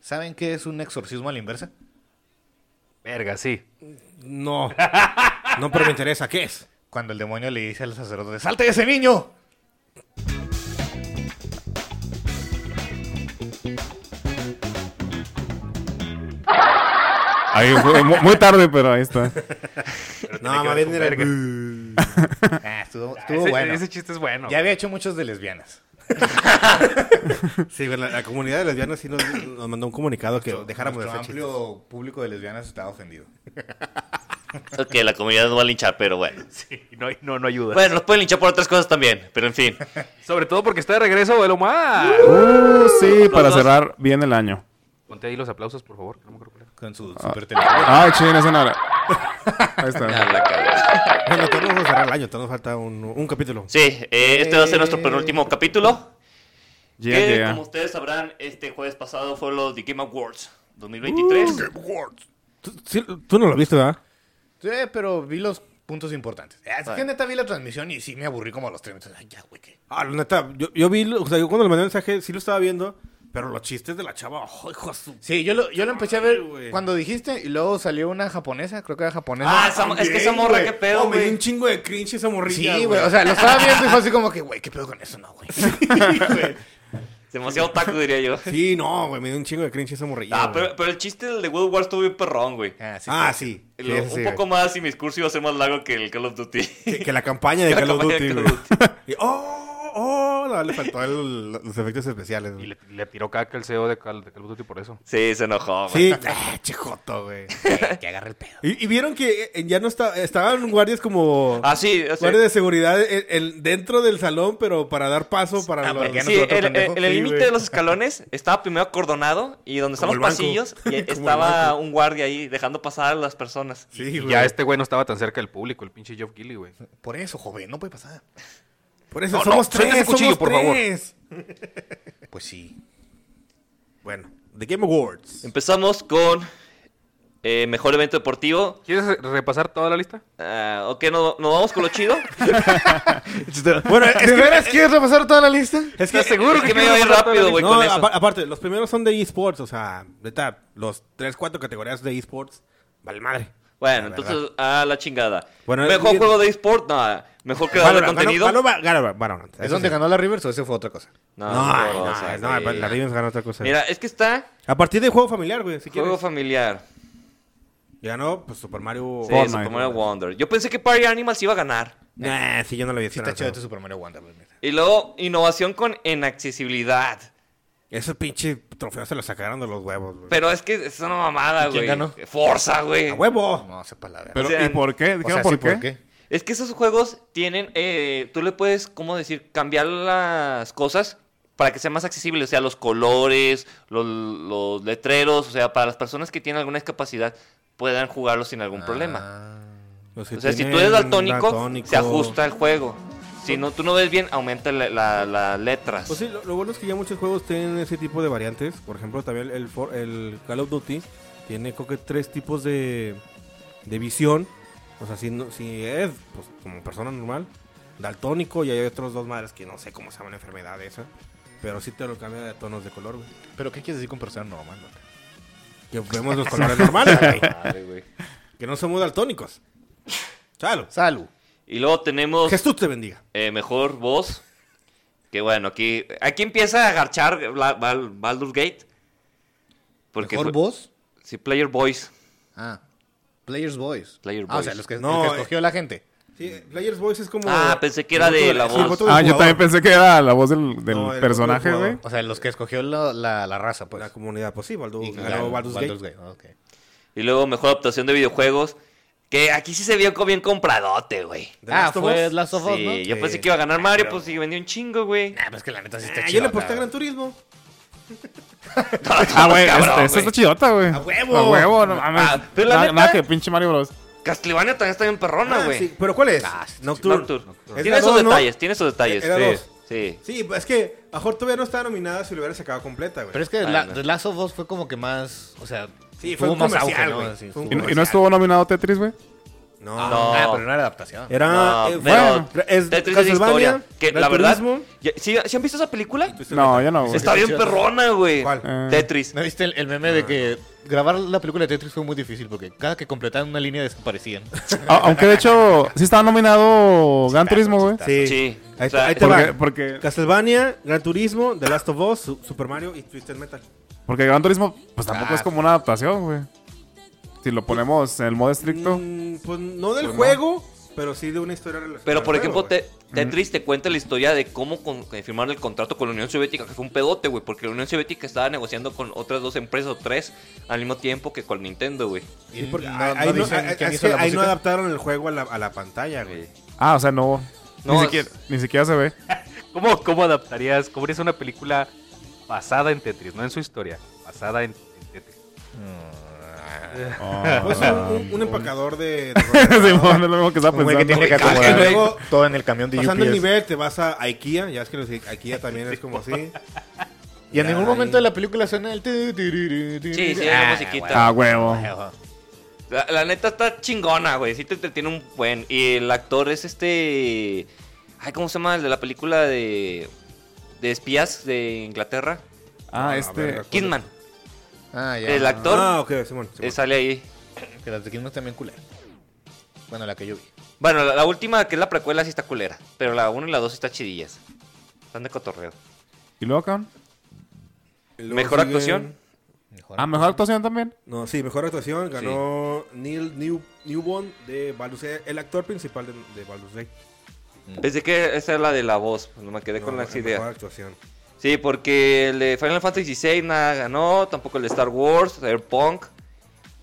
¿Saben qué es un exorcismo a la inversa? Verga, sí. No. No, pero me interesa. ¿Qué es? Cuando el demonio le dice al sacerdote, ¡salte de ese niño! Ahí fue mu- muy tarde, pero ahí está. No, más bien era el bu- Ah, estuvo estuvo ese, bueno. ese chiste es bueno. Ya había hecho muchos de lesbianas. Sí, güey, la, la comunidad de lesbianas sí nos, nos mandó un comunicado que dejáramos de Nuestro hacer amplio chistes. público de lesbianas estaba ofendido. Ok, la comunidad no va a linchar, pero bueno. Sí, no, no, no Pues- ayuda. Bueno, nos pueden linchar por otras cosas también, pero en fin. Sobre todo porque está de regreso el Omar. Uh, sí, para dos. cerrar bien el año. Ponte ahí los aplausos, por favor. que No me acuerdo cuál era. Con su super teléfono. Ay, Ah, ching, es una hora. Ahí Ya Ah, está. la cagué. Bueno, todavía no vamos a cerrar el año. Todavía nos falta un, un capítulo. Sí, eh, este va a ser nuestro penúltimo capítulo. Yeah, que, yeah. como ustedes sabrán, este jueves pasado fue los The Game Awards 2023. Uh, Tú, sí, tú no lo viste, ¿verdad? Sí, pero vi los puntos importantes. Ah, Es que neta vi la transmisión y sí me aburrí como a los tres minutos. Ay, ya, güey, qué. Ah, la neta, yo, yo vi, lo- o sea, yo cuando le mandé el mensaje sí lo estaba viendo, pero los chistes de la chava, ¡ay, hijo de su... Sí, yo lo, yo lo empecé a ver Ay, güey. cuando dijiste y luego salió una japonesa, creo que era japonesa. Ah, esa mo- es que esa morra, qué pedo, Oh, me dio güey. un chingo de cringe esa morrilla, sí, güey, o sea, lo estaba viendo y fue así como que, güey, qué pedo con eso, no, güey. Demasiado taco, diría yo. Sí, no, güey, me dio un chingo de cringe esa morrilla, Ah, güey. pero, pero el chiste del de World War estuvo bien perrón, güey. Ah, sí. Ah, sí. Lo- Sí, sí, un sí, poco más y mi discurso iba a ser más largo que el Call of Duty. güey. Que, que la campaña de que la Call of campaña de Duty, Call güey. of Y, ¡Oh! ¡Oh! No, le faltó el- los efectos especiales, Y güey. le, le tiró caca el CEO de Call, de Call of Duty por eso. Sí, se enojó, güey. Sí, ah, chijoto, güey. que agarre el pedo. Y, y vieron que eh, ya no está, estaban guardias como... Ah, sí, o sea, Guardias de seguridad en- en- dentro del salón, pero para dar paso para Ah, los... porque ya no Eh, Sí, se otro el- el- pendejo. en Sí, el límite güey. de los escalones estaba primero acordonado y donde Como estaban el los banco. pasillos y Como el estaba banco. un guardia ahí dejando pasar a las personas. Sí, y güey. ya este güey no estaba tan cerca del público, el pinche Jeff Gilly, güey. Por eso, joven, no puede pasar. Por No, eso no, somos suelta tres, ese cuchillo, somos por favor. tres. Pues sí. Bueno, The Game Awards. Empezamos con eh, mejor evento deportivo. ¿Quieres repasar toda la lista? Ah, ok, ¿no- nos vamos con lo chido. Bueno, es ¿De veras quieres repasar toda la lista? Es que seguro que me iba a ir rápido, güey, No, con eso. apa- aparte, los primeros son de eSports, o sea, neta, los tres, cuatro categorías de eSports, vale madre. Bueno, La entonces, verdad. a la chingada. Bueno, mejor es- juego de eSport, nada. Mejor creador de Valorant, contenido. Valorant, Valorant, Valorant, ¿Es eso donde sí. ganó la Rivers o ese fue otra cosa? No, No, ay, o no, sea, no, sí. la Ravens ganó otra cosa. Mira, es que está a partir de juego familiar, güey, si juego quieres. familiar. Ganó, pues, Super Mario... Sí, Fortnite. Super Mario Wonder. Yo pensé que Party Animals iba a ganar. Nah, sí, yo no lo había Sí, está visto. nada, chido este no. Super Mario Wonder, la neta. Y luego, innovación con inaccesibilidad. Ese pinche trofeo se lo sacaron de los huevos, güey. Pero es que es una mamada, ¿Y quién güey. ganó? Forza, güey. ¡A huevo! No, sepa la verdad. Pero, O sea, ¿y por qué? O Dijeron, sea, sí, ¿por, qué? Es que esos juegos tienen, eh, tú le puedes, ¿cómo decir? Cambiar las cosas para que sea más accesible. O sea, los colores, los, los letreros. O sea, para las personas que tienen alguna discapacidad puedan jugarlo sin Ah, algún problema. O sea, si tú eres daltónico, se ajusta el juego. Si no, tú no ves bien, aumenta la- la- las letras. Pues sí, lo, lo bueno es que ya muchos juegos tienen ese tipo de variantes. Por ejemplo, también el, For- el Call of Duty tiene creo que tres tipos de, de visión. O sea, si, no- si es pues, como persona normal, daltónico, y hay otros dos madres que no sé cómo se llama la enfermedad esa. Pero sí te lo cambia de tonos de color, güey. ¿Pero qué quieres decir con persona normal? Nota? Que vemos los colores normales, güey. Madre, güey. Que no somos daltónicos. Chalo. Salud. Y luego tenemos... Jesús te bendiga. Eh, mejor voz. Que bueno, aquí, aquí empieza a agarchar Bla- Bal- Baldur's Gate. Porque ¿Mejor fue- voz? Sí, Player Boys. Ah. Players Voice. Player Ah, o Voice. sea, los que, el No, que eh. escogió la gente. Sí, Players Voice es como. Ah, pensé que era el voto de la sí, el voz. voto del Ah, yo jugador. también pensé que era la voz del, del No, el personaje, jugador. güey. O sea, los que escogió la, la- la raza, pues. La comunidad, pues sí, Baldur, Y ganó Baldur's Gate. Baldur's Gate, ok. Y luego mejor adaptación de videojuegos. Que aquí sí se vio co- bien compradote, güey. ¿The Ah, Last of fue Us? Last of Us, Sí, ¿no? yo Sí. pensé que iba a ganar Mario, pues sí, vendió un chingo, güey. Nah, pero es que la neta sí está Ah, chido. yo le aposté a Gran Turismo. Ah, güey, Cabrón, este, esta güey. está chidota, güey. A huevo. A huevo, no mames. Ah, pero la nada, neta- nada que pinche Mario Bros. Castlevania también está bien perrona, Ah, güey. sí, ¿Pero cuál es? Ah, Nocturne. Nocturne. Es Tiene la esos dos, ¿no? detalles, tiene esos detalles. Era sí. dos. sí. Sí, pues, es que a Jorge todavía no estaba nominada si lo hubiera sacado completa, güey. Pero es que Ay, la, Ah, no. The Last of Us fue como que más. O sea, Sí, tuvo fue un más comercial, auge, güey. Así, Fue un ¿Y, tuvo Pues, no- y más- no estuvo nominado Tetris, güey? No. No. Ah, pero no era adaptación. Era. No, eh, pero bueno, es Tetris es la Castlevania, historia. Que Gran la verdad. Turismo. ya- ¿sí, sí han visto esa película? No, yo no, güey. Está bien perrona, güey. ¿Cuál? Eh. Tetris. ¿No viste el, el meme Ah. de que grabar la película de Tetris fue muy difícil porque cada que completaban una línea desaparecían? A- Ah, Aunque de hecho, sí estaba nominado Gran Turismo, güey. Sí. Ahí, O sea, ahí te Porque, va. porque, Castlevania, Gran Turismo, The Last of Us, Su- Super Mario y Twisted Metal. porque Gran Turismo, pues tampoco Ah. es como una adaptación, güey. Si lo ponemos en el modo estricto. Mm, pues no del juego, pero sí de una historia relacionada. Pero, por al ejemplo, juego, güey. Te- Tetris te cuenta la historia de cómo con- que firmaron el contrato con la Unión Soviética, que fue un pedote, güey, porque la Unión Soviética estaba negociando con otras dos empresas o tres al mismo tiempo que con Nintendo, güey. Y Sí, porque no- ahí- no ahí no- dicen ahí- quién es hizo que la ahí no música. adaptaron el juego a la, a la pantalla, güey. Ah, o sea, no. No, ni, es- siquiera, ni siquiera se ve. ¿Cómo, cómo adaptarías? ¿Cómo harías una película basada en Tetris? No en su historia, basada en, en Tetris. Ah. Pues un, Ah. un- un empacador de. de- Simón, es lo mismo que estaba Un güey que pensando. tiene que Ah, que acomodar luego- todo en el camión de Pasando el UPS. nivel, te vas a, a IKEA. Ya es que los de IKEA también es como así. Y en ningún Ay. momento de la película suena el... tu, tu, tu, tu, Sí, tu. sí, hay una Ah, musiquita. güey. Ah, huevo. La, la neta está chingona, güey. Sí te entretiene un buen. Y el actor es este. Ay, ¿cómo se llama? El de la película de. De espías de Inglaterra. Ah, A este. ver, Kidman. Ah, Pues, ya. El actor Ah, ok, Simón. Simón. eh, sale ahí. Que las de Kidman también culera. Bueno, la que yo vi. Bueno, la, la última, que es la precuela, sí está culera. Pero la 1 y la 2 están chidillas. Están de cotorreo. ¿Y luego, cabrón? Y luego ¿Mejor siguen- actuación? Mejor. Ah, mejor actuación también. No, sí, mejor actuación ganó Neil New, Newborn de Baldur's Gate, el actor principal de, de Baldur's Gate. Mm. Pensé que esa es la de la voz. pues, No me quedé con No, las el ideas. Mejor actuación. Sí, porque el de Final Fantasy VI nada ganó. Tampoco el de Star Wars, Cyberpunk,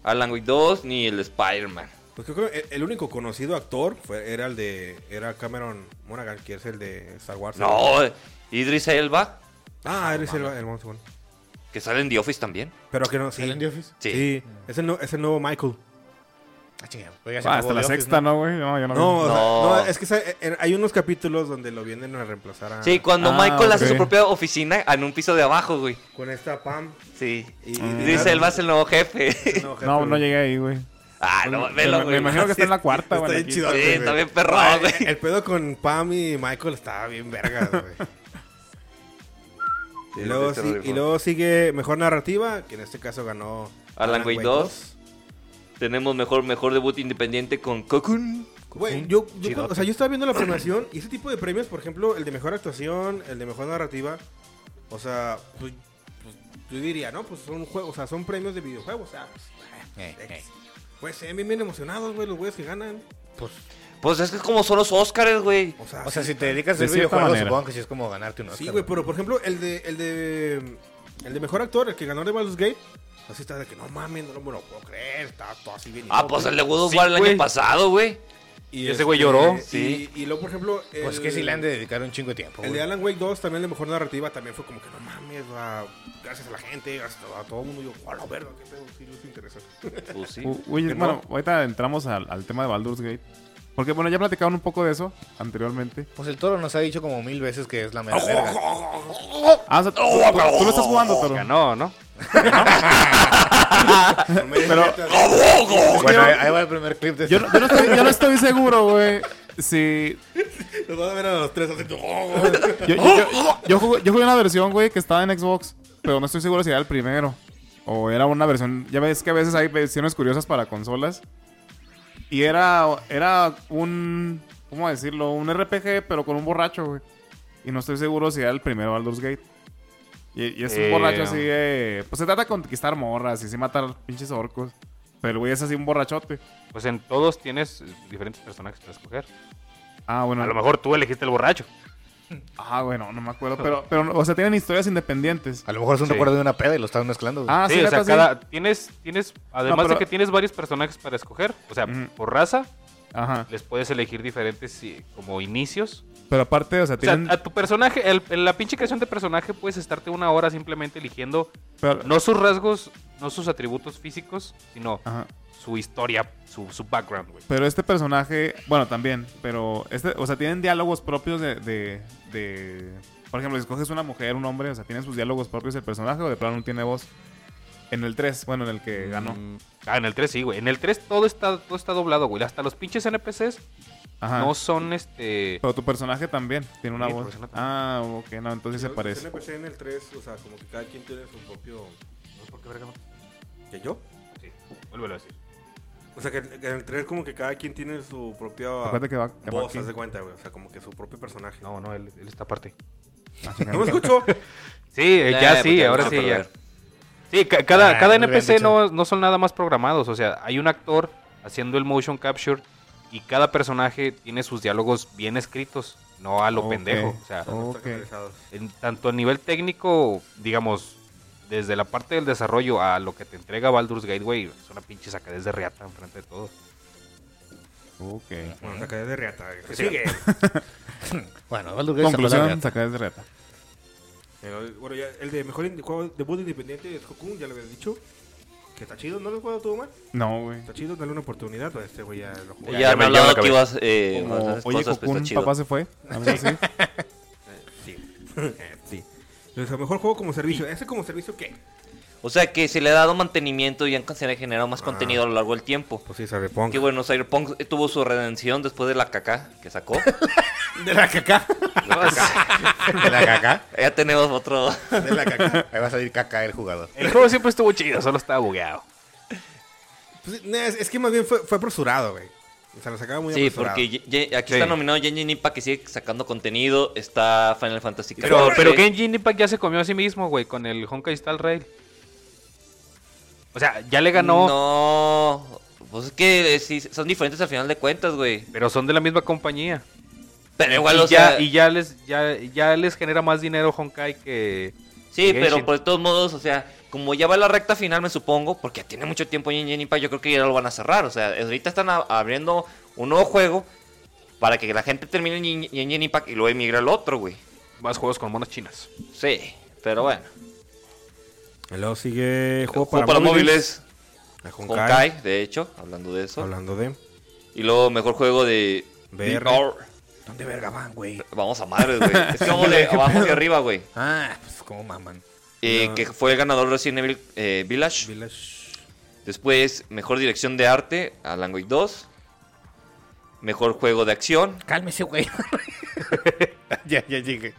Alan Wake 2, ni el de Spider-Man. Pues creo que el, el único conocido actor fue, era el de era Cameron Monaghan, que es el de Star Wars. No, Idris Elba, Ah, eres el, el Monster One. que sale en The Office también. Pero que no, sí. ¿Sale en The Office? Sí. Sí. Es, el, nu- es el nuevo Michael. Ah, chingada. Pues ya se Ah, acabó hasta la The Office, sexta, ¿no, güey? No, yo no. No, o sea, No. no, es que sa- eh, hay unos capítulos donde lo vienen a reemplazar a, Sí, cuando Ah, Michael hace ok. su propia oficina en un piso de abajo, güey. con esta Pam. Sí. Y, y- Idris Elba es Mm. el nuevo jefe. No, No, no llegué ahí, güey. ah, no, Pues, Me, velo, me güey. imagino que está en la cuarta, Está güey. bien aquí. chido. Sí, güey. está bien perro, Ah, güey. El pedo con Pam y Michael estaba bien verga, güey. Y luego, sí, sí- sí, y luego sigue mejor narrativa, que en este caso ganó Alan Wake 2. Tenemos mejor, mejor debut independiente con Cocoon. Güey, yo, yo, cuando- o sea, yo estaba viendo la premiación y ese tipo de premios, por ejemplo, el de mejor actuación, el de mejor narrativa, o sea, pues, pues, yo diría, ¿no? Pues son juegos, o sea, son premios de videojuegos, o sea, pues, Eh, eh. pues se ven bien, bien emocionados, güey, los güeyes que ganan. Pues, Pues es que es como son los Oscars, güey. O sea, o sea, sí, si te dedicas a De hacer cierta videojuegos, manera. supongo que sí es como ganarte un Oscar. Sí, güey, pero por ejemplo, el de, el de, el de mejor actor, el que ganó de Baldur's Gate, así está de que no mames, no me lo puedo creer, está todo así bien. Ah, loco". pues el de God of Sí, War el año güey. pasado, güey. Y ese güey lloró, y- sí. Y, luego, por ejemplo, el, Pues que sí le han de dedicar un chingo de Pues tiempo. el güey. de Alan Wake 2, también la mejor narrativa, también fue como que no mames, va, gracias a la gente, gracias a, a todo el mundo. Yo, a la verga, qué pedo, sí, les interesa. Pues sí. U- Oye, ¿Que no? bueno, ahorita entramos al, al tema de Baldur's Gate. Porque, bueno, ya platicaron un poco de eso anteriormente. Pues el toro nos ha dicho como mil veces que es la mera verga. Ah, o sea, tú, tú- tú lo estás jugando, pero. Ganó, oh, ¿no? pero Bueno, ahí ahí va el primer clip de yo, este. no- yo no estoy, yo no estoy seguro, güey. Si. Los van a ver a los tres "Oh". haciendo. Yo, yo, yo- yo jugué, yo jugué una versión, güey, que estaba en Xbox. Pero no estoy seguro si era el primero. O era una versión. Ya ves que a veces hay versiones curiosas para consolas. Y era, era un. ¿Cómo decirlo? Un RPG, pero con un borracho, güey. Y no estoy seguro si era el primero Baldur's Gate. Y, y es un Eh, borracho no. así de. Pues se trata de conquistar morras y sí matar pinches orcos. Pero el güey es así un borrachote. Pues en todos tienes eh, diferentes personajes para escoger. Ah, bueno. A lo mejor tú elegiste el borracho. Ah, bueno, no me acuerdo. Pero, pero o sea, tienen historias independientes. A lo mejor es un Sí. recuerdo de una peda y lo estás mezclando. güey. Ah, sí, sí, o sea, neta, sí. cada, tienes, tienes, además pero- de que tienes varios personajes para escoger, o sea, Ujú. por raza, Ajá. les puedes elegir diferentes sí, como inicios. Pero aparte, o sea, O sea, tienen. a tu personaje, el- en la pinche creación de personaje puedes estarte una hora simplemente eligiendo pero- no sus rasgos, no sus atributos físicos, sino Ajá. su historia, su, su background, güey. Pero este personaje, bueno, también, pero este, o sea, tienen diálogos propios de, de, de- por ejemplo, si escoges una mujer, un hombre, o Mm, sea, tienen sus diálogos propios del personaje o de plano no tiene voz. En el 3, bueno, en el que ganó. Ah, en el 3 sí, güey. En el 3 todo está, todo está doblado, güey. Hasta los pinches NPCs Ajá. no son este. Pero tu personaje también tiene una Sí, tu voz. personaje también. Ah, ok, no, entonces se Los parece. NPC en el 3, o sea, como que cada quien tiene su propio... ¿Por qué verga no? ¿Que yo? Sí, vuélvelo a decir. O sea, que en en el 3 como que cada quien tiene su propia Acuérdate que va, que va voz, aquí. haz de cuenta, güey. O sea, como que su propio personaje. No, No, no, él, él está aparte. Ah, me escucho. Sí, eh, Eh, ya pues sí, ya ahora vamos a sí, ya. perder. Sí, ca- cada, Ah, cada no lo habían NPC dicho. no, no son nada más programados. O sea, hay un actor haciendo el motion capture y cada personaje tiene sus diálogos bien escritos, no a lo Ok. pendejo. O sea, Están Ok. actualizados. en, tanto a nivel técnico, digamos, desde la parte del desarrollo a lo que te entrega Baldur's Gateway, es una pinche sacadez de reata enfrente de todo. Ok. Bueno, saca de reata. eh, güey. Pues ¿Qué sigue? Bueno, Baldur's Gate sacó la Conclusión, reata. saca de reta. El, bueno, ya, el de mejor indi- juego de debut independiente es Cocoon, ya lo había dicho. Que está chido, ¿no lo jugado todo mal? No, güey. Está chido, dale una oportunidad. pero Este güey ya lo jugó. Ya, ya me me- han ya me hablado acabé. que ibas eh, Como, bastantes Oye, cosas, pero Cocoon, está chido. papá se fue. Algo así. Eh, Sí. O sea, mejor juego como servicio. ¿Ese como servicio qué? O sea que se le ha dado mantenimiento y han, se le ha generado más contenido a lo largo del tiempo. Pues sí, Cyberpunk. Que bueno, Cyberpunk eh, tuvo su redención después de la caca que sacó. De la caca. De la caca. ya tenemos otro. De la caca. Ahí va a salir caca el jugador. El juego siempre estuvo chido, solo estaba bugueado. Pues, nah, es, es que más bien fue, fue apresurado, güey. O sea, lo sacaba muy Sí, apresurado. porque Ye- Ye- aquí Sí. está nominado Genshin Impact que sigue sacando contenido. Está Final Fantasy Pero, XIV. pero Genshin Impact ya se comió a sí mismo, güey, con el Honkai Star Rail. O sea, ya le ganó, No. Pues es que eh, sí, son diferentes al final de cuentas, güey. pero son de la misma compañía. Pero igual, y, o ya, sea. y ya les ya, ya les genera más dinero Honkai que... Sí, Genshin. pero por de todos modos, o sea, como ya va a la recta final, me supongo, porque tiene mucho tiempo Genshin Impact, yo creo que ya lo van a cerrar. O sea, ahorita están a- abriendo un nuevo juego para que la gente termine Gen- Genshin Impact y luego emigre al otro, güey. Más juegos con monos chinas. Sí, pero bueno. Y Luego sigue juego, Juego para móviles, La Honkai. Honkai, de hecho, hablando de eso. Hablando de Y luego mejor juego de VR. VR. ¿Dónde verga van, güey? Vamos a madres, güey. Es que vamos de abajo hacia arriba, güey. Ah, pues cómo maman. Eh, No. Que fue el ganador Resident Evil eh, Village. Village. Después, mejor dirección de arte, Alan Wake 2. Mejor juego de acción. Cálmese, güey. ya, ya llegué.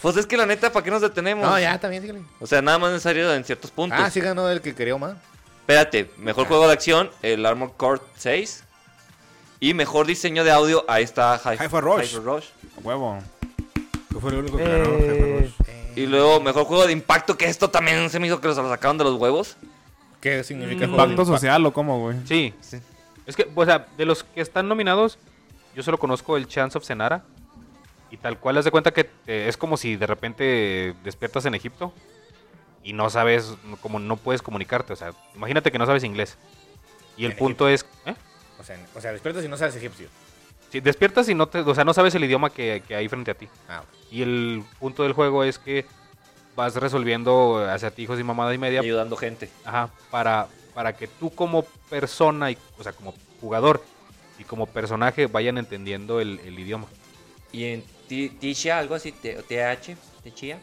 Pues es que la neta, ¿para qué nos detenemos? No, ya, también síguele. O sea, nada más necesario en ciertos puntos. Ah, sí Ah. ganó el que quería Omar. Espérate, mejor juego de acción, el Armored Core 6. Y mejor diseño de audio, ahí está Hi- Hi-Fi Rush. Hi-Fi Rush. Huevo. Que fue el único que ganó pues. Cyberpunk. Eh. Y luego, mejor juego de impacto, que esto también se me hizo que los sacaron de los huevos. ¿Qué significa juego? Pacto social o cómo, güey. Sí. Es que, o sea, de los que están nominados, yo solo conozco el Chance of Senara. Y tal cual, haz de cuenta que eh, es como si de repente despiertas en Egipto y no sabes, como no puedes comunicarte. O sea, imagínate que no sabes inglés. Y el En punto es... ¿eh? O sea, o sea, despiertas y no sabes egipcio. Sí, despiertas y no te, o sea, no sabes el idioma que, que hay frente a ti. Ah, Y el punto del juego es que vas resolviendo acertijos y mamada y media Ayudando gente. ajá, para, para que tú como persona, y, o sea, como jugador y como personaje vayan entendiendo el, el idioma. Y en Ti- Tisha, algo así, T- TH, Tichia.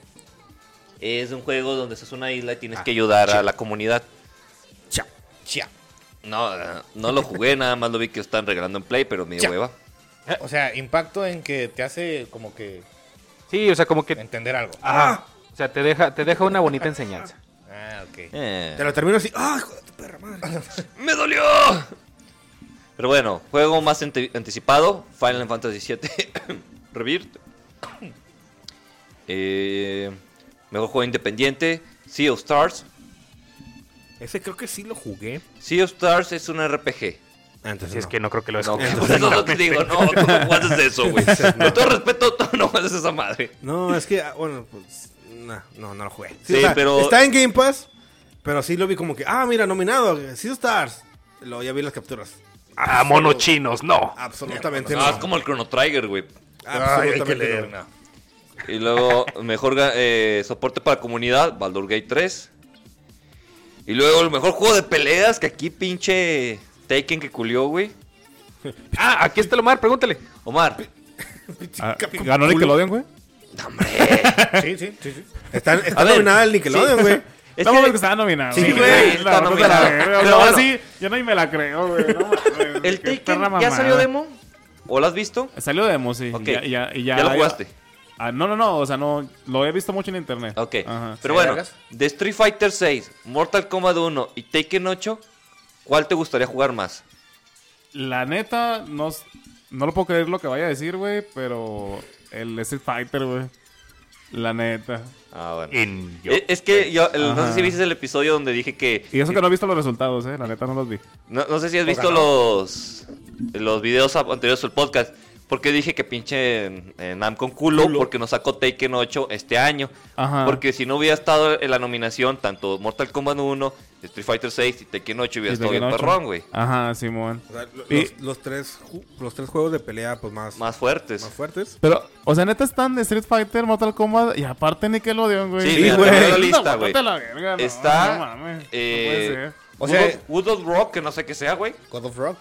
Es un juego donde estás en una isla y tienes Ah, que ayudar a la comunidad. Cha, cha. No, eh, no lo jugué, nada más lo vi que lo están regalando en Play, pero me dio Ya. hueva. O sea, impacto en que te hace como que Sí, o sea, como que... entender algo. Ajá, o sea, te deja, te deja una bonita enseñanza. Ah, ok. Eh, Te lo termino así. ¡Ah, hijo de tu perra madre! ¡Me dolió! Pero bueno, juego más ante- anticipado, Final Fantasy VII Rebirth. Eh, mejor juego independiente, Sea of Stars. Ese creo que sí lo jugué. Sea of Stars es un RPG. Antes Si es que no creo que lo No, escuche. por eso no te digo, no, tú no juegas eso, güey. Con todo respeto, tú no juegas esa madre. No, es que, ah, bueno, pues. nah, no, no lo jugué. Sí, pero- Está en Game Pass, pero sí lo vi como que, ah, mira, nominado, Sea Stars. Lo, ya vi las capturas. Ah, monos chinos, no. Absolutamente No, no. Ah, es como el Chrono Trigger, güey. Ay, Ah, hay que Absolutamente leer. no. pues, No. Y luego, mejor ga- eh, soporte para comunidad, Baldur Gate 3. Y luego, el mejor juego de peleas que aquí pinche Taken que culió, güey. Ah, aquí está Omar, pregúntale. Omar, Ah, ¿Ganó Nickelodeon, güey? hombre. Sí, sí, sí, sí. Está, está A ver, nominada el sí. Nickelodeon, güey. Es No que- mames que estaba nominado. Sí, güey. güey, La está verdad te la nominado. verga, güey. Pero Ahora bueno. sí, yo ni me la creo, güey. No mames, ¿El qué Taken perra ya mamada. salió demo? ¿O lo has visto? Salió demo, sí. Ok. Ya, ya, y ya, ¿Ya lo jugaste? Ah, no, no, no. O sea, no. Lo he visto mucho en internet. Ok. Ajá. Pero ¿Sí, bueno, vergas? de Street Fighter 6, Mortal Kombat 1 y Taken 8, ¿cuál te gustaría jugar más? La neta, no, s- no lo puedo creer lo que vaya a decir, güey. Pero el Street Fighter, güey. La neta. Ah, bueno. En yo. Eh, Es que yo el- no Ajá. sé si viste el episodio donde dije que Y eso que no he visto los resultados, eh. La neta no los vi. No, no sé si has visto los los videos ab- anteriores del podcast. Porque dije que pinche eh, Namco culo, porque nos sacó Taken 8 este año. Ajá. Porque si no hubiera estado en la nominación tanto Mortal Kombat 1, Street Fighter 6 y Tekken 8 hubiera Y estado bien Tekken ocho. perrón, güey. Ajá, Simón. O sea, lo- Y- los, los tres, ju- los tres juegos de pelea pues más, más, Más fuertes. fuertes. Pero, o sea, neta están de Street Fighter, Mortal Kombat y aparte Nickelodeon, güey. Sí, mira, güey. tengo la lista, güey. Vete a la verga, no, Está, no mames, no eh, puede ser. O O sea- sea, Wood of Rock, que no sé qué sea, güey. God of Rock.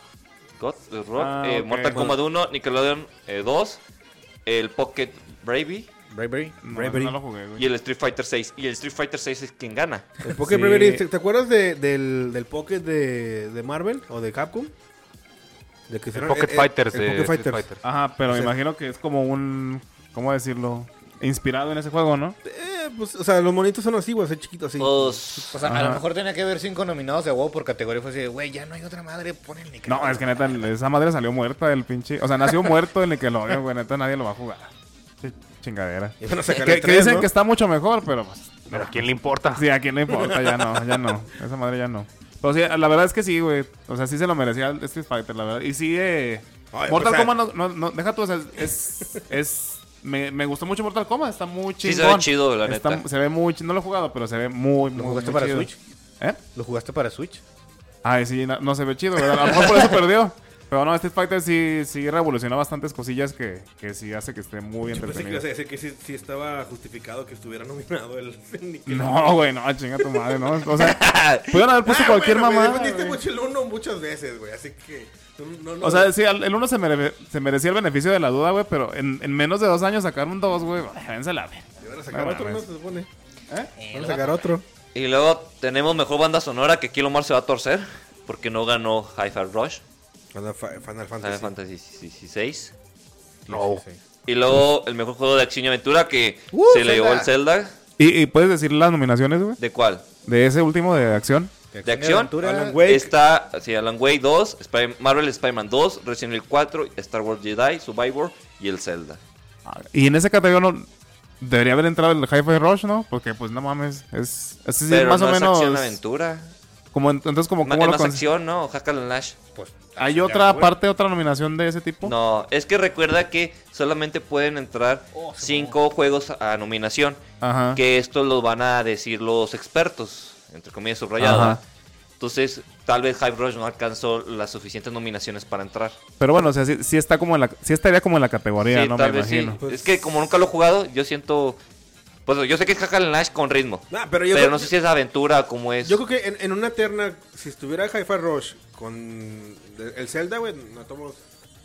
God of Rock, Ah, eh, ok. Mortal Kombat 1, Nickelodeon eh, 2, el Pocket Bravey Bravery. No, Bravery. no lo jugué, güey. y el Street Fighter 6. Y el Street Fighter 6 es quien gana. El Pocket Sí. Bravery, ¿te, te acuerdas de- del, del Pocket de, de Marvel o de Capcom? De que El hicieron- Pocket eh, eh, Fighters el de Pocket Street Fighters. Fighter. Ajá, pero O me sea- imagino que es como un. ¿Cómo decirlo? Inspirado en ese juego, ¿no? Eh, pues, o sea, los monitos son así, güey, así chiquitos, así. Pues, O sea, a Ajá. lo mejor tenía que haber cinco nominados de WoW por categoría. Fue así, de, güey, ya no hay otra madre, pon el Nickelodeon. No, es que neta, esa madre salió muerta del pinche. O sea, nació muerto el Nickelodeon, güey. Neta, nadie lo va a jugar. Ch- Chingadera. Y van a sacar Que, el que tres, dicen ¿no? que está mucho mejor, pero pues, Pero ¿a quién le importa? Sí, aquí no importa, ya no, ya no. Esa madre ya no. Pero sí, la verdad es que sí, güey. O sea, sí se lo merecía el Street Fighter, la verdad. Y sí, eh, Ay, Mortal pues, Kombat no, no, no, deja tú, o sea, es... es me, me gustó mucho Mortal Kombat, está muy Sí, chido. se ve chido, la Está- neta. Se ve muy chido, no lo he jugado, pero se ve muy, muy, ¿Lo jugaste muy para chido. Switch? ¿Eh? ¿Lo jugaste para Switch? Ay, sí, no, no se ve chido, ¿verdad? A lo mejor por eso perdió. Pero no, Street Fighter sí, sí revolucionó bastantes cosillas que, que sí hace que esté muy Yo pensé que entretenido. ibas a decir que sí, sí estaba justificado que estuviera nominado el Nickelodeon. No, güey, no, chinga tu madre, ¿no? O sea, ah, pudieron haber puesto cualquier mamá. mamada. Ah, defendiste güey. mucho el uno muchas veces, güey, así que... no- no lo- O sea, sí, al- el 1 se, mere- se merecía el beneficio de la duda, güey, pero en, en menos de dos años sacar un 2, güey, váyanse a la ver. Van a sacar no otro, ¿no? mames. Se supone. Eh, Van lo- a sacar otro. Y luego tenemos mejor banda sonora que aquí Lomar se va a torcer porque no ganó Hi-Fi Rush, Final Fa- Final Final Fantasy. Fantasy XVI. No. Oh. Y luego el mejor juego de acción y aventura que Uh, se le llevó el Zelda. ¿Y, y puedes decir las nominaciones, güey? ¿De cuál? De ese último de acción. ¿De acción? aventura. Alan Wake. Está sí, Alan Way 2, Spy- Marvel Spider-Man 2, Resident Evil 4, Star Wars Jedi, Survivor y el Zelda. Y en ese categoría no, debería haber entrado el Hi-Fi Rush, ¿no? Porque, pues, no mames, es, es, decir, Pero más no o es menos... acción aventura. como en- Entonces, como, Ma- ¿cómo es lo más con- acción, ¿no? Hack and Lash. Pues, ¿Hay ya, otra güey. parte, otra nominación de ese tipo? No, es que recuerda que solamente pueden entrar Oh, se cinco juegos a a nominación. Ajá. que esto lo van a decir los expertos, entre comillas subrayado. Ajá. Entonces, tal vez Hype Rush no alcanzó las suficientes nominaciones para entrar. Pero bueno, o sea, sí, sí está como en la, sí estaría como en la categoría, Sí, ¿no? Me tal vez sí. imagino. Es que como nunca lo he jugado, yo siento... Pues yo sé que es Hack and Lash con ritmo. Ah, pero yo pero creo- no sé si es aventura como es. Yo creo que en, en una terna, si estuviera Hi-Fi Rush con de- el Zelda, güey, no, tomo-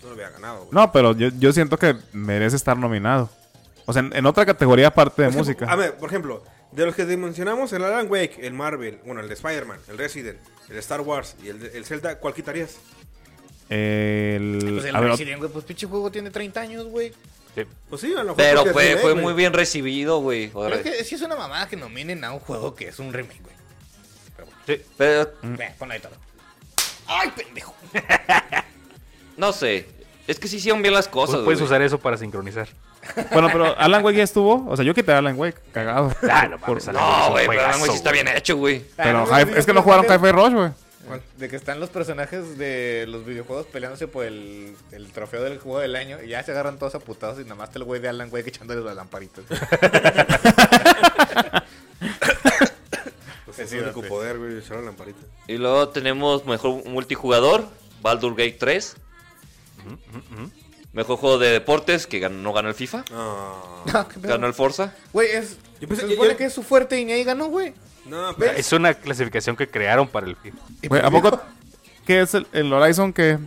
no lo había ganado, güey. No, pero yo, yo siento que merece estar nominado. O sea, en, en otra categoría aparte de Es que, música. A ver, por ejemplo, de los que dimensionamos, el Alan Wake, el Marvel, bueno, el de Spider-Man, el Resident, el Star Wars y el, de- el Zelda, ¿cuál quitarías? El, Pues el a ver, Resident, güey. Pues pinche juego tiene 30 años, güey. Sí. Pues sí, a lo mejor Pero porque es fue, remake, fue güey. muy bien recibido, güey. Pero Pero, es que sí es una mamada que nominen a un juego que es un remake, güey. Mm. Ve, ponlo ahí todo. ¡Ay, pendejo! no sé. Es que sí hicieron bien las Pues cosas, puedes güey. usar eso para sincronizar. bueno, pero Alan Wake ya estuvo. O sea, yo quité a Alan Wake, cagado. Ah, no mames, Por- Alan Wake es No, un güey, pero juegazo, Alan Wake sí está güey. bien hecho, güey. pero Ah, no, Hi- es que no jugaron Hi-Fi Hi-Fi Rush, güey. De que están los personajes de los videojuegos peleándose por el, el trofeo del juego del año y ya se agarran todos aputados y nada más está el güey de Alan Wake echándoles las lamparitas. Pues es el único poder, güey, echar la lamparita. Y luego tenemos mejor multijugador, Baldur Gate 3. Mejor juego de deportes, que gan- no ganó el FIFA, No, No, qué pedo. ganó el Forza. Güey, es. Yo pensé- se yo- supone yo- que es su fuerte y ni ahí ganó, güey. no, pero Es una clasificación que crearon para el FIFA. Güey, pues, ¿A poco qué es el, el Horizon que.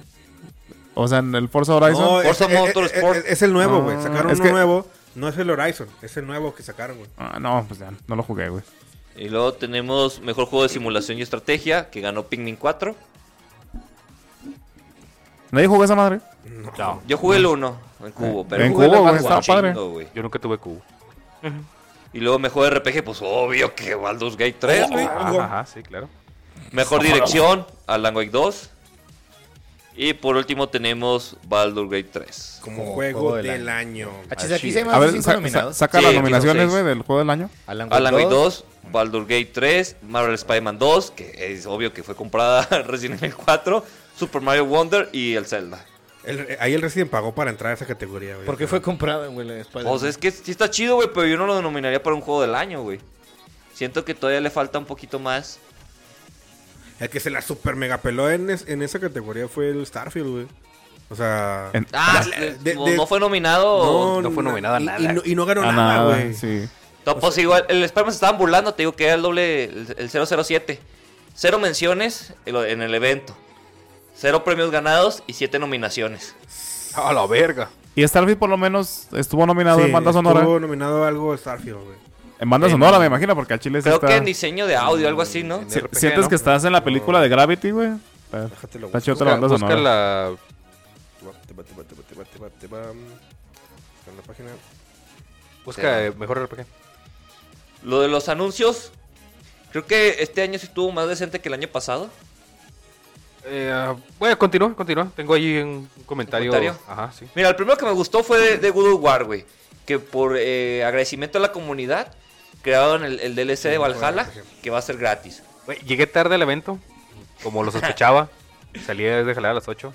O sea, en el Forza Horizon. No, Forza es- es- Motorsport. Es, es el nuevo, güey. Ah, Sacaron es uno que- nuevo. No es el Horizon, es el nuevo que sacaron, güey. Ah, no, pues ya, no lo jugué, güey. Y luego tenemos mejor juego de simulación y estrategia, que ganó Pikmin 4. Nadie jugó esa madre. No, Yo jugué el 1 en cubo, pero Mm. En jugué cubo, la güey, estaba chingo, padre. güey. yo nunca tuve cubo. Y luego mejor RPG, pues obvio que Baldur's Gate 3, güey. Ah, Oh. Ajá, ajá, sí, claro. Mejor dirección, Alan Wake 2. Y por último tenemos Baldur's Gate 3. Como, juego, del, año. Ah, Achis, aquí se A llaman ver, cinco sa- nominados. sa- saca Sí, las aquí son nominaciones, seis. güey, del juego del año. Alan Alan Wake 2. 2, Baldur's Gate 3, Marvel Spider-Man 2, que es obvio que fue comprada Resident Evil 4, Super Mario Wonder y el Zelda. El- ahí el Resident pagó para entrar a esa categoría, güey. ¿Por qué fue comprado, güey? la de Spider-Man? Pues es que sí está chido, güey, pero yo no lo denominaría para un juego del año, güey. Siento que todavía le falta un poquito más. El que se la super mega peló en, es- en esa categoría fue el Starfield, güey. O sea. En- Ah, de- no- de- no fue nominado. no fue nominado a y- nada. Y, no, y no ganó Ah, nada, nada, güey. sí. No, pues igual, el Spider-Man se estaban burlando, te digo que era el doble, el, el 007. Cero menciones en lo- en el evento. Cero premios ganados y siete nominaciones. A la verga. Y Starfield por lo menos estuvo nominado Sí, en banda estuvo sonora. nominado a algo Starfield, güey. En banda en- sonora, me imagino, porque al chile sí Creo está- que en diseño de audio, algo así, ¿no? en Si- RPG, Sientes ¿no? que estás en la película de Gravity, güey. Está- Déjate lo Está busco. chido la banda busca sonora. la... Te va, te va, te va, te va, te va, te va. Está en la página. Busca eh, mejor RPG. Lo de los anuncios, creo que este año sí estuvo más decente que el año pasado. Eh, ah, bueno, continúa, continúa. Tengo ahí un comentario. comentario? Ajá, sí. Mira, el primero que me gustó fue de, de Good Old War, güey. Que por eh, agradecimiento a la comunidad, crearon el, el DLC de Valhalla, que va a ser gratis. Güey, llegué tarde al evento, como lo sospechaba. Salí desde jalar a las 8.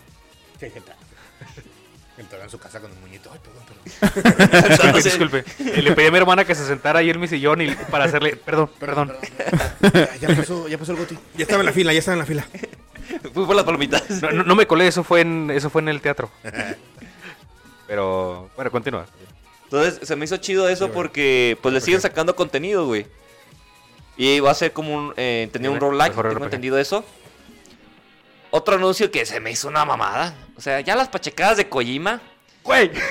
Entró en su casa con un muñito. Ay, perdón, perdón. Entonces, Disculpe, Eh, le pedí a mi hermana que se sentara ahí en mi sillón y para hacerle. Perdón, perdón. Ya, ya pasó, ya pasó el goti. Ya estaba en la fila, ya estaba en la fila. Fui por las palomitas. No, no- no me colé, eso fue en, eso fue en el teatro. Pero, bueno, continúa. Entonces se me hizo chido eso porque pues le siguen sacando contenido, güey. Y va a ser como un... Eh, tenía un Mejor roguelike, tengo RPG. entendido eso. Otro anuncio que se me hizo una mamada. O sea, ya las pachecadas de Kojima. Güey, Mira,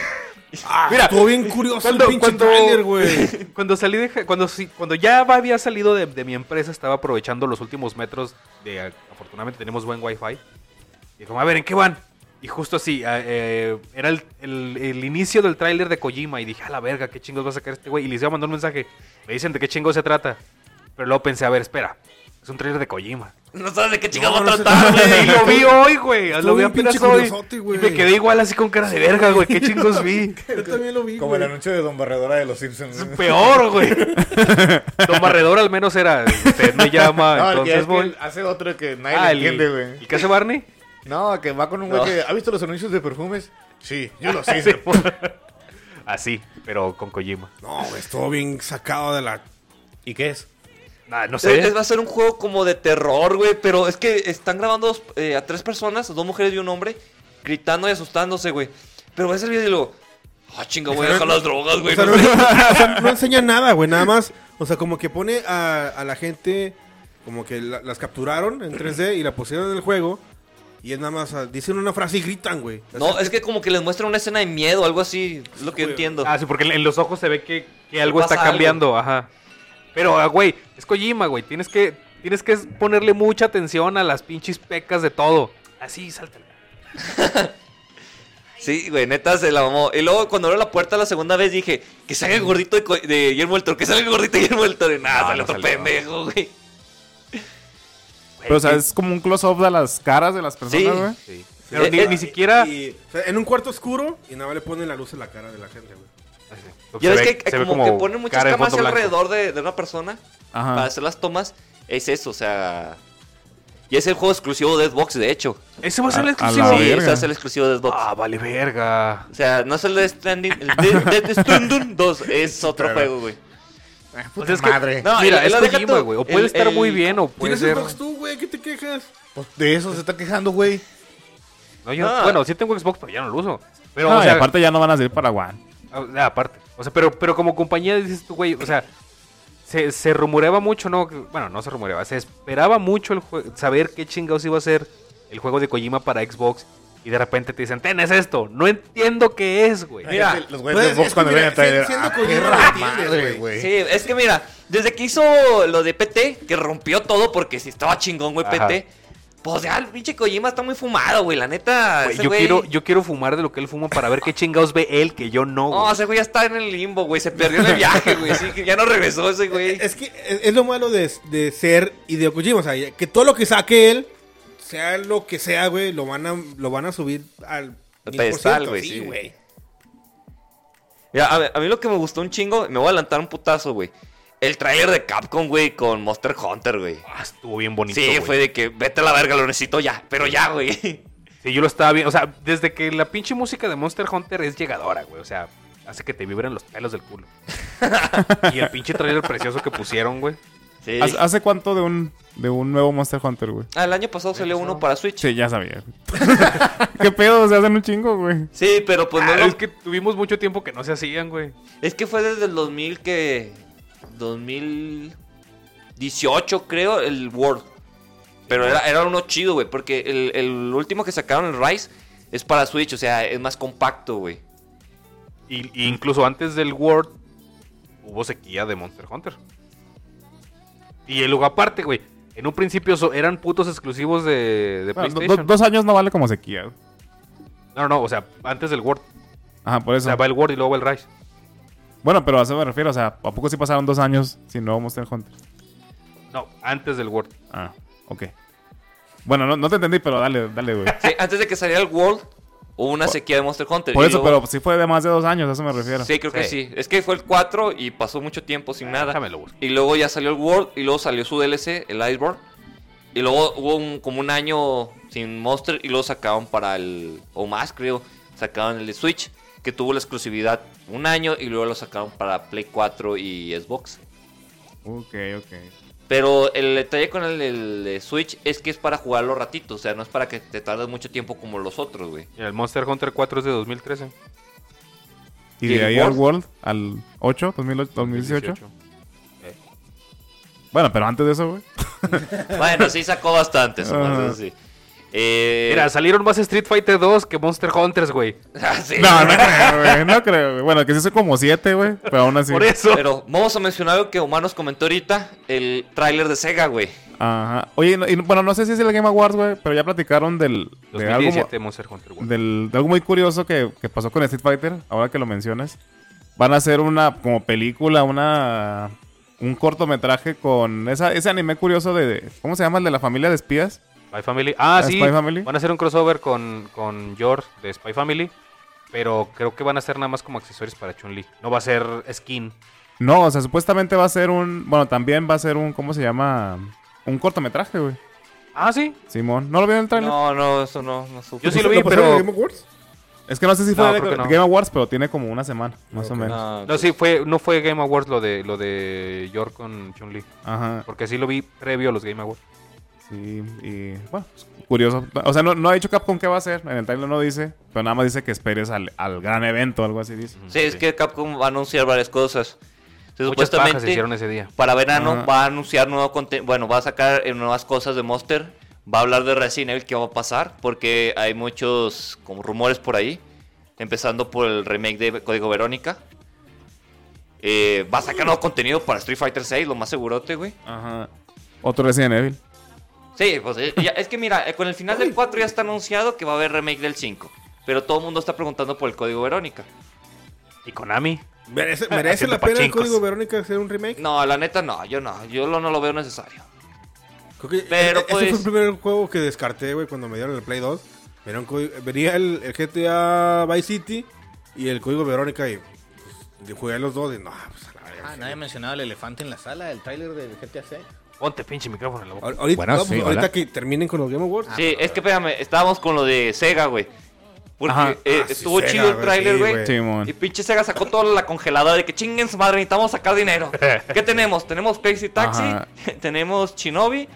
Mira, Ah, estuvo bien curioso cuando- el pinche cuando- trailer, güey. cuando salí de. ja- Cuando, sí- cuando ya había salido de, de mi empresa, estaba aprovechando los últimos metros. De, afortunadamente tenemos buen wifi. Y como, a ver, ¿en qué van? Y justo así, a- eh, era el, el- el inicio del tráiler de Kojima. Y dije, a la verga, ¿qué chingos va a sacar este güey? Y les iba a mandar un mensaje. Me dicen de qué chingos se trata. Pero luego pensé, a ver, espera. Es un tráiler de Kojima. No sabes de qué chingado no va a sé. tratar, Y güey. lo vi hoy, güey. Lo vi bien apenas pinche hoy. curiosote, Y güey. me quedé igual así con cara de verga, güey. ¿Qué chingos vi? Yo también lo vi, Como el güey. anuncio de Don Barredora de los Simpsons. Es peor, güey. Don Barredor al menos era. Usted me llama, No, el que entonces es voy. que hace otro que nadie Ah, le el- entiende, güey. ¿Y qué hace Barney? No, que va con un güey No. que. ¿Ha visto los anuncios de perfumes? Sí, yo los hice. Así, pero con Kojima. No, güey, estuvo bien sacado de la. ¿Y qué es? Nah, Ah, no Es- es- sé. va a ser un juego como de terror, güey. Pero es que están grabando dos- eh, a tres personas, dos mujeres y un hombre, gritando y asustándose, güey. Pero ves el video y luego, ah, chinga, voy a dejar las drogas, O güey. sea, no no, sé". o sea, no enseña nada, güey. Nada más. O sea, como que pone a, a la gente. Como que la- las capturaron en 3D y la pusieron en el juego. Y es nada más. ah, Dicen una frase y gritan, güey. O sea, No, es que como que les muestran una escena de miedo, algo así, es lo que yo entiendo. Ah, sí, porque en los ojos se ve que, que algo Pasa está cambiando, ajá. Pero, ah, güey, es Kojima, güey. Tienes que, tienes que ponerle mucha atención a las pinches pecas de todo. Así, sáltala. Sí, güey, neta se la mamó. Y luego cuando abrió la puerta la segunda vez dije, que salga el gordito de, co- de Guillermo del Toro, que salga el gordito de Guillermo del Toro. Y nada, No, sale no otro salió. pendejo, güey. Pero, o sea, es como un close-up de las caras de las personas, güey. Sí. Eh, Pero ni, eh, ni siquiera. y- o sea, en un cuarto oscuro y nada más le ponen la luz en la cara de la gente, güey. Ya Ah, Se ves ve- que eh, se ve como, que como ponen muchas cara de cámaras fondo blanco. alrededor de, de una persona Ajá. para hacer las tomas. Es eso, o sea... Y es el juego exclusivo de Xbox, de hecho. Ese va a ser el A- a exclusivo. la sí, verga. ese es el exclusivo de Xbox. Ah, vale verga. O sea, no es el de Stranding, el de, de Stranding 2, es otro Claro. juego, güey. O Puta sea, Pues es que- madre. No, Mira, el- es el- deja Kojima, tú, güey. O puede el- estar el- muy bien o puede Tienes ser... Xbox tú, güey. ¿Qué te quejas? Pues de eso se está quejando, güey. No, yo- Ah. Bueno, sí tengo Xbox, pero ya no lo uso. Pero, No, o y sea, aparte ya no van a salir para One. ah, ah, aparte. O sea, pero, pero como compañía dices tú, güey, o sea, se, se rumoreaba mucho, ¿no? Que- Bueno, no se rumoreaba, se esperaba mucho el jue- saber qué chingados iba a ser el juego de Kojima para Xbox. Y de repente te dicen, ten, es esto. No entiendo qué es, güey. Ay, Mira, es el- los güeyes de pues, es Xbox que cuando mira, ven a trailer. siendo ah, coñero, perra lo entiendes, madre, güey. güey. Sí, es que mira, desde que hizo lo de PT, que rompió todo porque si estaba chingón, güey, Ajá. PT. Pues ya, el pinche Kojima está muy fumado, güey, la neta. Güey, ese yo, güey- quiero, yo quiero fumar de lo que él fuma para ver qué chingados ve él que yo no. No, güey. ese güey ya está en el limbo, güey. Se perdió en el viaje, güey. Sí, que ya no regresó ese güey. Es que es es lo malo de, de ser Hideo Kojima, o sea, que todo lo que saque él, sea lo que sea, güey, lo van a, lo van a subir al Al 1000%, pedestal, güey, sí. Mira, a, ver, a mí lo que me gustó un chingo, me voy a adelantar un putazo, güey. El trailer de Capcom, güey, con Monster Hunter, güey. Ah, estuvo bien bonito. Sí, güey. fue de que vete a la verga, lo necesito ya. Pero ya, güey. Sí, yo lo estaba viendo. O sea, desde que la pinche música de Monster Hunter es llegadora, güey. O sea, hace que te vibren los pelos del culo. y el pinche trailer precioso que pusieron, güey. Sí. ¿Hace- ¿Hace cuánto de un, de un nuevo Monster Hunter, güey? Ah, el año pasado salió uno para Switch. Sí, Sí, ya sabía. ¿Qué pedo? Se hacen un chingo, güey. pero pues no Ah, lo- Es que tuvimos mucho tiempo que no se hacían, güey. Es que fue desde el 2000 que... 2018 creo, el World. Pero era, era uno chido, güey, porque el, el último que sacaron, el Rise, es para Switch, o sea, es más compacto, güey. Y, y incluso antes del World hubo sequía de Monster Hunter. Y luego aparte, güey. En un principio so- eran putos exclusivos de, de Bueno, Ah, do- PlayStation. dos años no vale como sequía. güey. No, no, o sea, antes del World. Ajá, por O eso. sea, va el World y luego va el Rise. Bueno, pero a eso me refiero. O sea, ¿a poco sí pasaron dos años sin nuevo Monster Hunter? No, antes del World. Ah, ok. Bueno, no, no te entendí, pero dale, dale, güey. Sí, antes de que saliera el World, hubo una sequía de Monster Hunter. Por y eso, luego- pero sí fue de más de dos años, a eso me refiero. este Sí, creo que Sí. sí. Es que fue el 4 y pasó mucho tiempo sin nada. déjame lo busco. Y luego ya salió el World y luego salió su DLC, el Iceborne. Y luego hubo un- como un año sin Monster y luego sacaron para el... o más creo, sacaron el de Switch que tuvo la exclusividad un año y luego lo sacaron para Play 4 y Xbox. Ok, ok. Pero el detalle con el, el de Switch es que es para jugarlo ratito, o sea, no es para que te tardes mucho tiempo como los otros, güey. Mira, el Monster Hunter 4 es de 2013. ¿Y ¿Y el de ahí al World? World? ¿Al 8? ¿2008? 2018? Bueno, pero antes de eso, güey. Bueno, sí sacó bastantes. Ajá. entonces sí. Eh, Mira, salieron más Street Fighter 2 que Monster Hunters, güey. ah, sí. No, no creo, güey. No creo, güey. Bueno, que sí soy como siete, güey. Pero aún así. Por eso. Pero vamos a mencionar lo que Omar nos comentó ahorita, el tráiler de Sega, güey. Ajá. Oye, no- y no- bueno, no sé si es el Game Awards, güey. Pero ya platicaron del. De algo, 2017 Monster Hunter World. del- de algo muy curioso que, que pasó con Street Fighter. Ahora que lo mencionas. Van a hacer una. Como película, una. Un cortometraje con esa, ese anime curioso de. ¿Cómo se llama? El de la familia de espías. Spy Family. Ah, ¿La sí. Spy Family? Van a hacer un crossover con, con George de Spy Family. Pero creo que van a ser nada más como accesorios para Chun-Li. No va a ser skin. No, o sea, supuestamente va a ser un. Bueno, también va a ser un. ¿Cómo se llama? Un cortometraje, güey. Ah, sí. Simón. ¿No lo vieron en el trailer? No, no, eso no, no supe. Yo sí lo vi, pero. Es que no sé si No, fue de creo que no. Game Awards, pero tiene como una semana, más o menos. No, No, sí, fue, no fue Game Awards lo de lo de George con Chun-Li. Ajá, Porque sí lo vi previo a los Game Awards. sí, y bueno, pues, curioso. O sea, no, no ha dicho Capcom qué va a hacer, en el trailer no dice, pero nada más dice que esperes al, al gran evento, algo así dice. sí, es que Capcom va a anunciar varias cosas. Se Muchas pajas se supuestamente, hicieron ese día. para verano Ajá. va a anunciar nuevo contenido. Bueno, va a sacar eh, nuevas cosas de Monster. Va a hablar de Resident Evil que va a pasar. Porque hay muchos como rumores por ahí. Empezando por el remake de Código Verónica. Eh, va a sacar nuevo contenido para Street Fighter 6, lo más segurote, güey. Ajá. Otro Resident Evil. Sí, pues eh, ya- es que mira, eh, con el final del 4 ya está anunciado que va a haber remake del 5. Pero todo el mundo está preguntando por el código Verónica. Y Konami. Merece, merece Haciendo la pena el pachincos. código Verónica hacer un remake. No, la neta no, yo no, yo lo- no lo veo necesario. Creo que Pero, e- ese pues- fue el primer juego que descarté, güey, cuando me dieron el Play 2. Me dieron código- venía el, el GTA Vice City y el código Verónica y pues, de- jugué a los dos y no, pues a la verga. Ah, nadie mencionaba el elefante en la sala, el tráiler del GTA 6. Ponte pinche micrófono en la boca. Ahor- Ahorita, Bueno, no, pues, sí, ahorita hola. que terminen con los Game Ah, Awards. sí, es que espérame, estábamos con lo de Sega, güey. Porque Ajá. eh, Ah, sí, estuvo Sega, chido el güey, tráiler, sí, güey. güey. Simón. Eh, y pinche Sega sacó toda la congeladora de que chinguen su madre, necesitamos sacar dinero. ¿Qué tenemos? Tenemos Crazy Taxi, Ajá. tenemos Shinobi,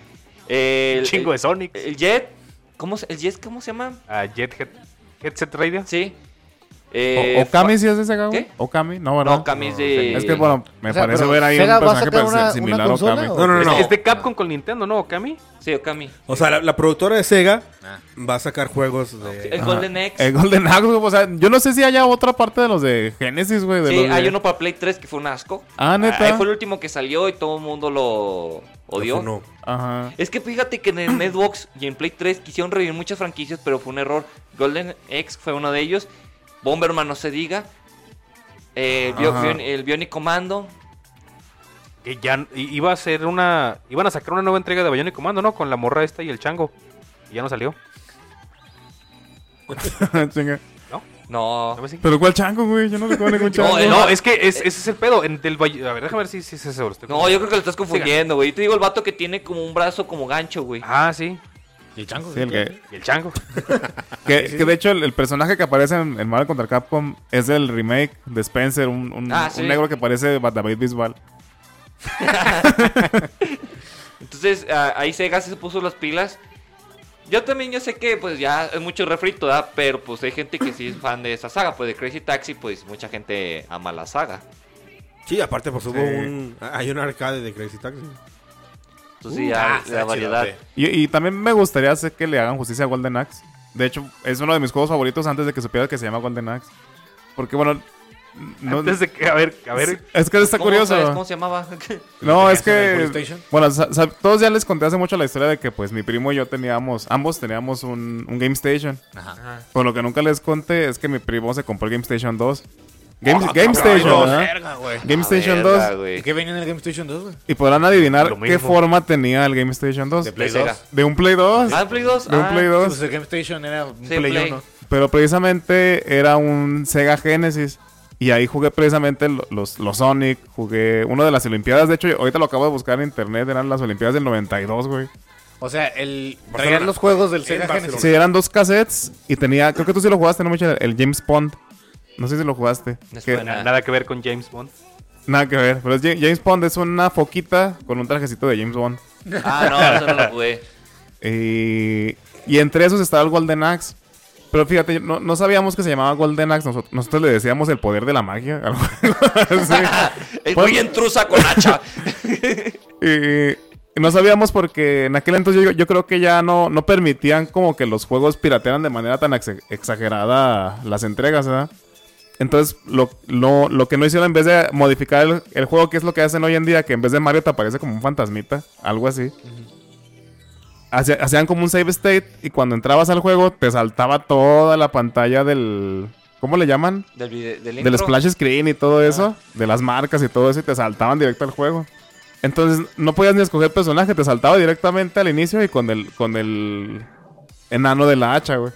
eh, el, Chingo de Sonic. el Jet. ¿Cómo se, ¿El Jet cómo se llama? Ah, Jet Head- Headset Radio. Sí. Eh, O- ¿Okami sí es de Sega, güey? ¿Qué? ¿Okami? No, ¿verdad? No, Okami es de. Es que, bueno, me O sea, parece pero ver ahí un ¿Sega va a personaje sacar parece- una- similar una a consola Okami. o- No, no, no. Es, es de Capcom con Nintendo, ¿no, Okami? Sí, Okami. O sea, la, la productora de Sega Ah. va a sacar juegos de... El Golden Axe. El Eh, Golden Axe, güey, o sea, yo no sé si haya otra parte de los de Genesis, güey. de Sí, ah, los de- hay uno para Play 3 que fue un asco. Ah, ¿neta? Ahí fue el último que salió y todo el mundo lo odió. No. Ajá. Es que fíjate que en el Netbox y en Play 3 quisieron revivir muchas franquicias, pero fue un error. Golden X fue uno de ellos. Bomberman, no se diga. Eh, el, Bio- Ajá. Bion- el Bionic Commando. Que ya i- iba a ser una. Iban a sacar una nueva entrega de Bayón y Comando, ¿no? Con la morra esta y el chango. Y ya no salió. Chinga. No. ¿Sabes así? Pero ¿cuál chango, güey? Yo no recuerdo ningún chango. No, eh, no, es que es- ese es el pedo. En del Bay- A ver, déjame ver si, si es eso. No, yo creo que lo estás confundiendo, güey. Yo Te digo el vato que tiene como un brazo como gancho, güey. Ah, sí. Y el chango. Sí, el que, Y el chango. que- que de hecho el, el personaje que aparece en, en Marvel contra Capcom es del remake de Spencer, un, un- Ah, un sí. negro que parece David Bisbal. Entonces a- ahí Sega se puso las pilas. Yo también, yo sé que pues ya es mucho refrito, ¿verdad? Pero pues hay gente que sí es fan de esa saga. Pues de Crazy Taxi, pues mucha gente ama la saga. Sí, aparte pues hubo Sí. un... Hay un arcade de Crazy Taxi. Entonces Uh, sí, ah, ya está la chidote. variedad. Y, y también me gustaría hacer que le hagan justicia a Golden Axe. De hecho, es uno de mis juegos favoritos antes de que supiera que se llama Golden Axe. Porque, bueno, no- Antes de que. A ver, a ver. es que está ¿Cómo curioso. sabes ¿Cómo se llamaba? No, ¿Te es tenías en el que. PlayStation? Bueno, sa- sa- todos ya les conté hace mucho la historia de que, pues, mi primo y yo teníamos. Ambos teníamos un, un Game Station. Ajá. Pero lo que nunca les conté es que mi primo se compró el Game Station 2. Ah, Game, Game Station, Ay, no, ¿verdad? verga, güey. Game Ah, Station verga, 2. güey. ¿Y qué venía en el Game Station 2, güey? Y podrán adivinar Lo qué mismo. forma tenía el Game Station 2. De De, Play Sega. 2. un Play 2. Ah, Play 2. de un Ah, Play 2. Pues el Game Station era un Sí, Play, Play. 1. Pero precisamente era un Sega Genesis. Y ahí jugué precisamente lo- los, los Sonic. Jugué una de las Olimpiadas. De hecho, ahorita lo acabo de buscar en internet. Eran las Olimpiadas del 92, güey. O sea, el traer Barcelona. los juegos del En Sega Barcelona. Genesis. Sí, eran dos cassettes. Y tenía. Creo que tú sí lo jugaste, no mucho. El James Pond. No sé si lo jugaste. Me Que- suena. Na- Nada que ver con James Bond. nada que ver. Pero es Ja- James Bond es una foquita con un trajecito de James Bond. Ah, no, eso no lo jugué. Y, Eh, y entre esos estaba el Golden Axe. Pero fíjate, no, no sabíamos que se llamaba Golden Axe. Nosotros, nosotros le decíamos el poder de la magia. algo así. Es Pues- muy intrusa con hacha. Y no sabíamos porque en aquel entonces yo, yo creo que ya no, no permitían como que los juegos piratearan de manera tan ex- exagerada las entregas, ¿verdad? Entonces, lo, lo, lo que no hicieron en vez de modificar el, el juego, que es lo que hacen hoy en día, que en vez de Mario te aparece como un fantasmita, algo así. Hacía- hacían como un save state y cuando entrabas al juego te saltaba toda la pantalla del... ¿Cómo le llaman? Del, vide- del del intro. splash screen y todo eso, de las marcas y todo eso, y te saltaban directo al juego. Entonces no podías ni escoger personaje, te saltaba directamente al inicio y con el, con el enano de la hacha, güey.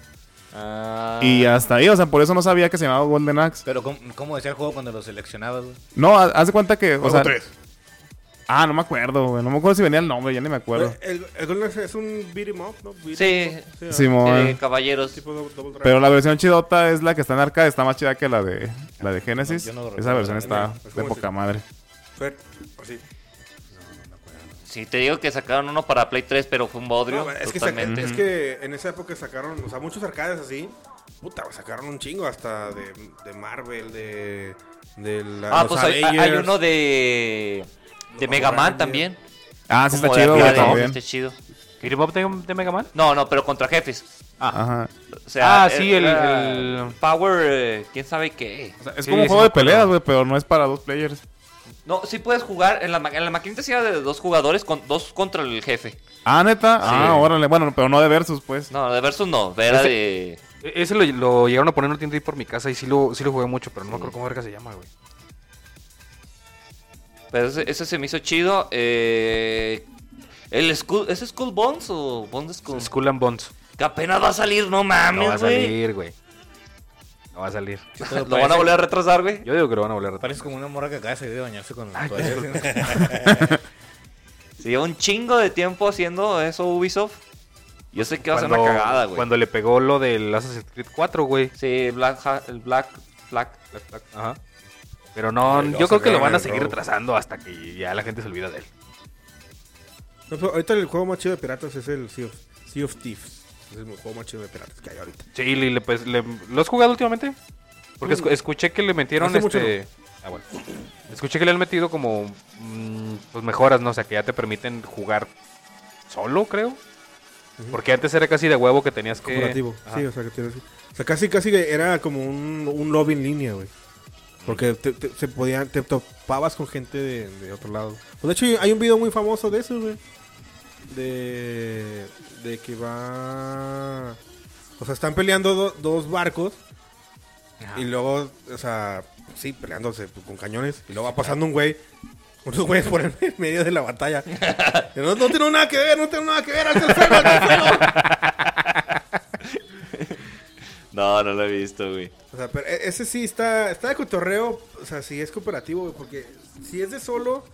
Ah. Y hasta ahí, o sea, por eso no sabía que se llamaba Golden Axe. Pero ¿cómo, cómo decía el juego cuando lo seleccionabas, güey? No, ha- haz de cuenta que, o Juego sea, tres. ah, no me acuerdo, güey, no me acuerdo si venía el nombre, ya ni me acuerdo. El, el Golden Axe es un beat em up, ¿no? Beat Sí. em up, ¿no? Sí, Simón. de caballeros. Tipo double- double drive. Pero la versión chidota es la que está en arcade, está más chida que la de la de Genesis. yo no lo Esa recuerdo, versión la está neta. Es de como poca si- madre. Fer, pues así. Sí, te digo que sacaron uno para Play 3, pero fue un bodrio. No, es, que saca- totalmente. es que en esa época sacaron, o sea, muchos arcades así. Puta, sacaron un chingo hasta de, de Marvel, de. de la, Ah, los pues hay, hay Avengers. uno de. De Los Mega Man Avengers. también. Ah, sí está Como de chido, arcade, güey, ¿no? también. Está chido. ¿Beat 'em up de, de Mega Man? No, no, pero contra jefes. Ajá. O sea, eh, Ah, sí, el- era el- Power, eh, quién sabe qué. O sea, es Sí, como sí un juego me de acuerdo. peleas, güey, pero no es para dos players. No, sí puedes jugar. En la, ma- en la maquinita sí era de dos jugadores, con dos contra el jefe. Ah, neta. Ah, órale. Bueno, pero no de versus, pues. No, de Versus no, era Ese- de. E- Ese lo, lo llegaron a poner en un tienda ahí por mi casa y sí lo, sí lo jugué mucho, pero no me acuerdo cómo verga se llama, güey. Pero ese, ese se me hizo chido. eh, el Skull, ¿Es Skull Bones o Bones Skull? Skull and Bones. Que apenas va a salir, no No va a mames, güey. salir, güey. No va a salir. Lo van a volver a retrasar, güey. Yo digo que lo van a volver a Pareces como una morra que acaba de salir de bañarse con los Se lleva un chingo de tiempo haciendo eso Ubisoft. Yo sé que va a ser Cuando- una cagada, güey. Cuando le pegó lo del Assassin's Creed 4, güey. Sí, Black, Ha- el Black, Black. Ajá. Pero no, Pero yo creo que lo sacaron van a el seguir robo. retrasando hasta que ya la gente se olvida de él. No, pero ahorita el juego más chido de piratas es el Sea of, Sea of Thieves. Es el juego más chido de piratas que hay ahorita. Sí, y le, pues, le- ¿lo has jugado últimamente? Porque escu- escuché que le metieron Hace mucho este. Ah, bueno. Escuché que le han metido como. mm, pues mejoras, ¿no? O sea, que ya te permiten jugar solo, creo. Porque antes era casi de huevo que tenías que. Cooperativo. Ajá. Sí, o sea, que tienes... O sea, casi, casi que era como un, un lobby en línea, güey. Porque te, te- se podían, te topabas con gente de, de otro lado. Pues de hecho, hay un video muy famoso de eso, güey. De, de que va... O sea, están peleando do- dos barcos. Y luego, o sea, sí, peleándose pues, con cañones. Y luego va pasando un güey. Unos güeyes por el medio de la batalla. Y No, no tengo nada que ver, no tengo nada que ver. alza el fuego, alza el fuego. No, no lo he visto, güey. O sea, pero e- ese sí está, está de cotorreo, o sea, si es cooperativo, güey, porque si es de solo,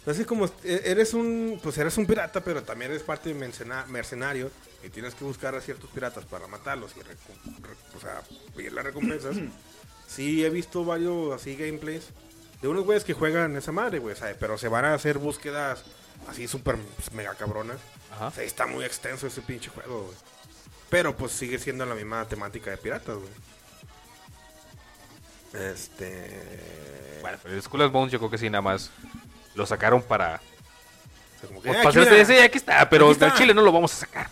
entonces como e- eres un, pues eres un pirata, pero también eres parte de mercena- mercenario y tienes que buscar a ciertos piratas para matarlos y, recu- re- o sea, pedir las recompensas. sí, he visto varios así gameplays de unos güeyes que juegan esa madre, güey, o sea, pero se van a hacer búsquedas así súper pues, mega cabronas. Ajá. O sea, está muy extenso ese pinche juego, güey. Pero pues sigue siendo la misma temática de piratas, güey. Este. Bueno, pero el Skull and Bones yo creo que sí, nada más. Lo sacaron para. o sea, como que, Pues, "Ah, para aquí hacerse mira". ese, aquí está, pero Aquí del está. Chile no lo vamos a sacar.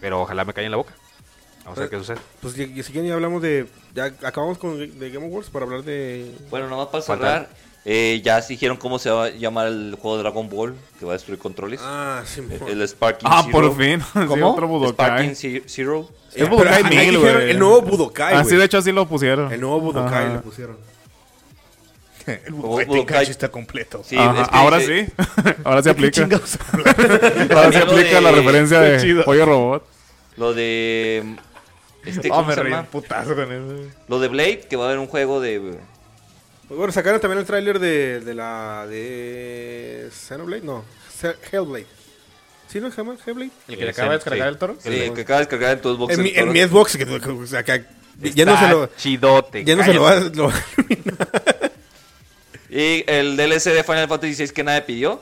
Pero ojalá me caiga en la boca. Vamos a ver Pero- qué sucede. Pues y- y si quieren ya hablamos de. Ya acabamos con Ga- de Game Awards para hablar de. Bueno, nomás para Fatal. cerrar, eh, ya se dijeron cómo se va a llamar el juego Dragon Ball, que va a destruir controles. Ah, sí, me El, el Sparking Ah, Zero. por fin. Sí, ¿Cómo? otro Budokai. Sparking Ze- Zero. Es Budokai ahí Mil, dijeron güey. El nuevo Budokai, Así güey. Ah, de hecho así lo pusieron. El nuevo Budokai Ajá. le pusieron. El Budokai Budokai Tenkaichi está completo. Sí, Ajá, es que Ahora dice- sí. Ahora se ¿De qué aplica. chingados hablas? Ahora se Lo aplica de- la referencia Qué de chido. Pollo Robot. Lo de. Este, Ah, ¿cómo me se reí llama? un putazo con eso. Lo de Blade, que va a haber un juego de. Pues, Bueno, sacaron también el tráiler de, de la. de. Xenoblade, no. Hell- Hellblade. ¿Sí no se llama Hellblade? El que le acaba de descargar el toro. Sí, eh, que acaba de descargar en tu Xbox. En mi, en mi Store. Xbox, que, que- o sea, que- Está ya no se lo, Chidote. ya no se lo va cállate. a- lo- Y el DLC de Final Fantasy VI que nadie pidió.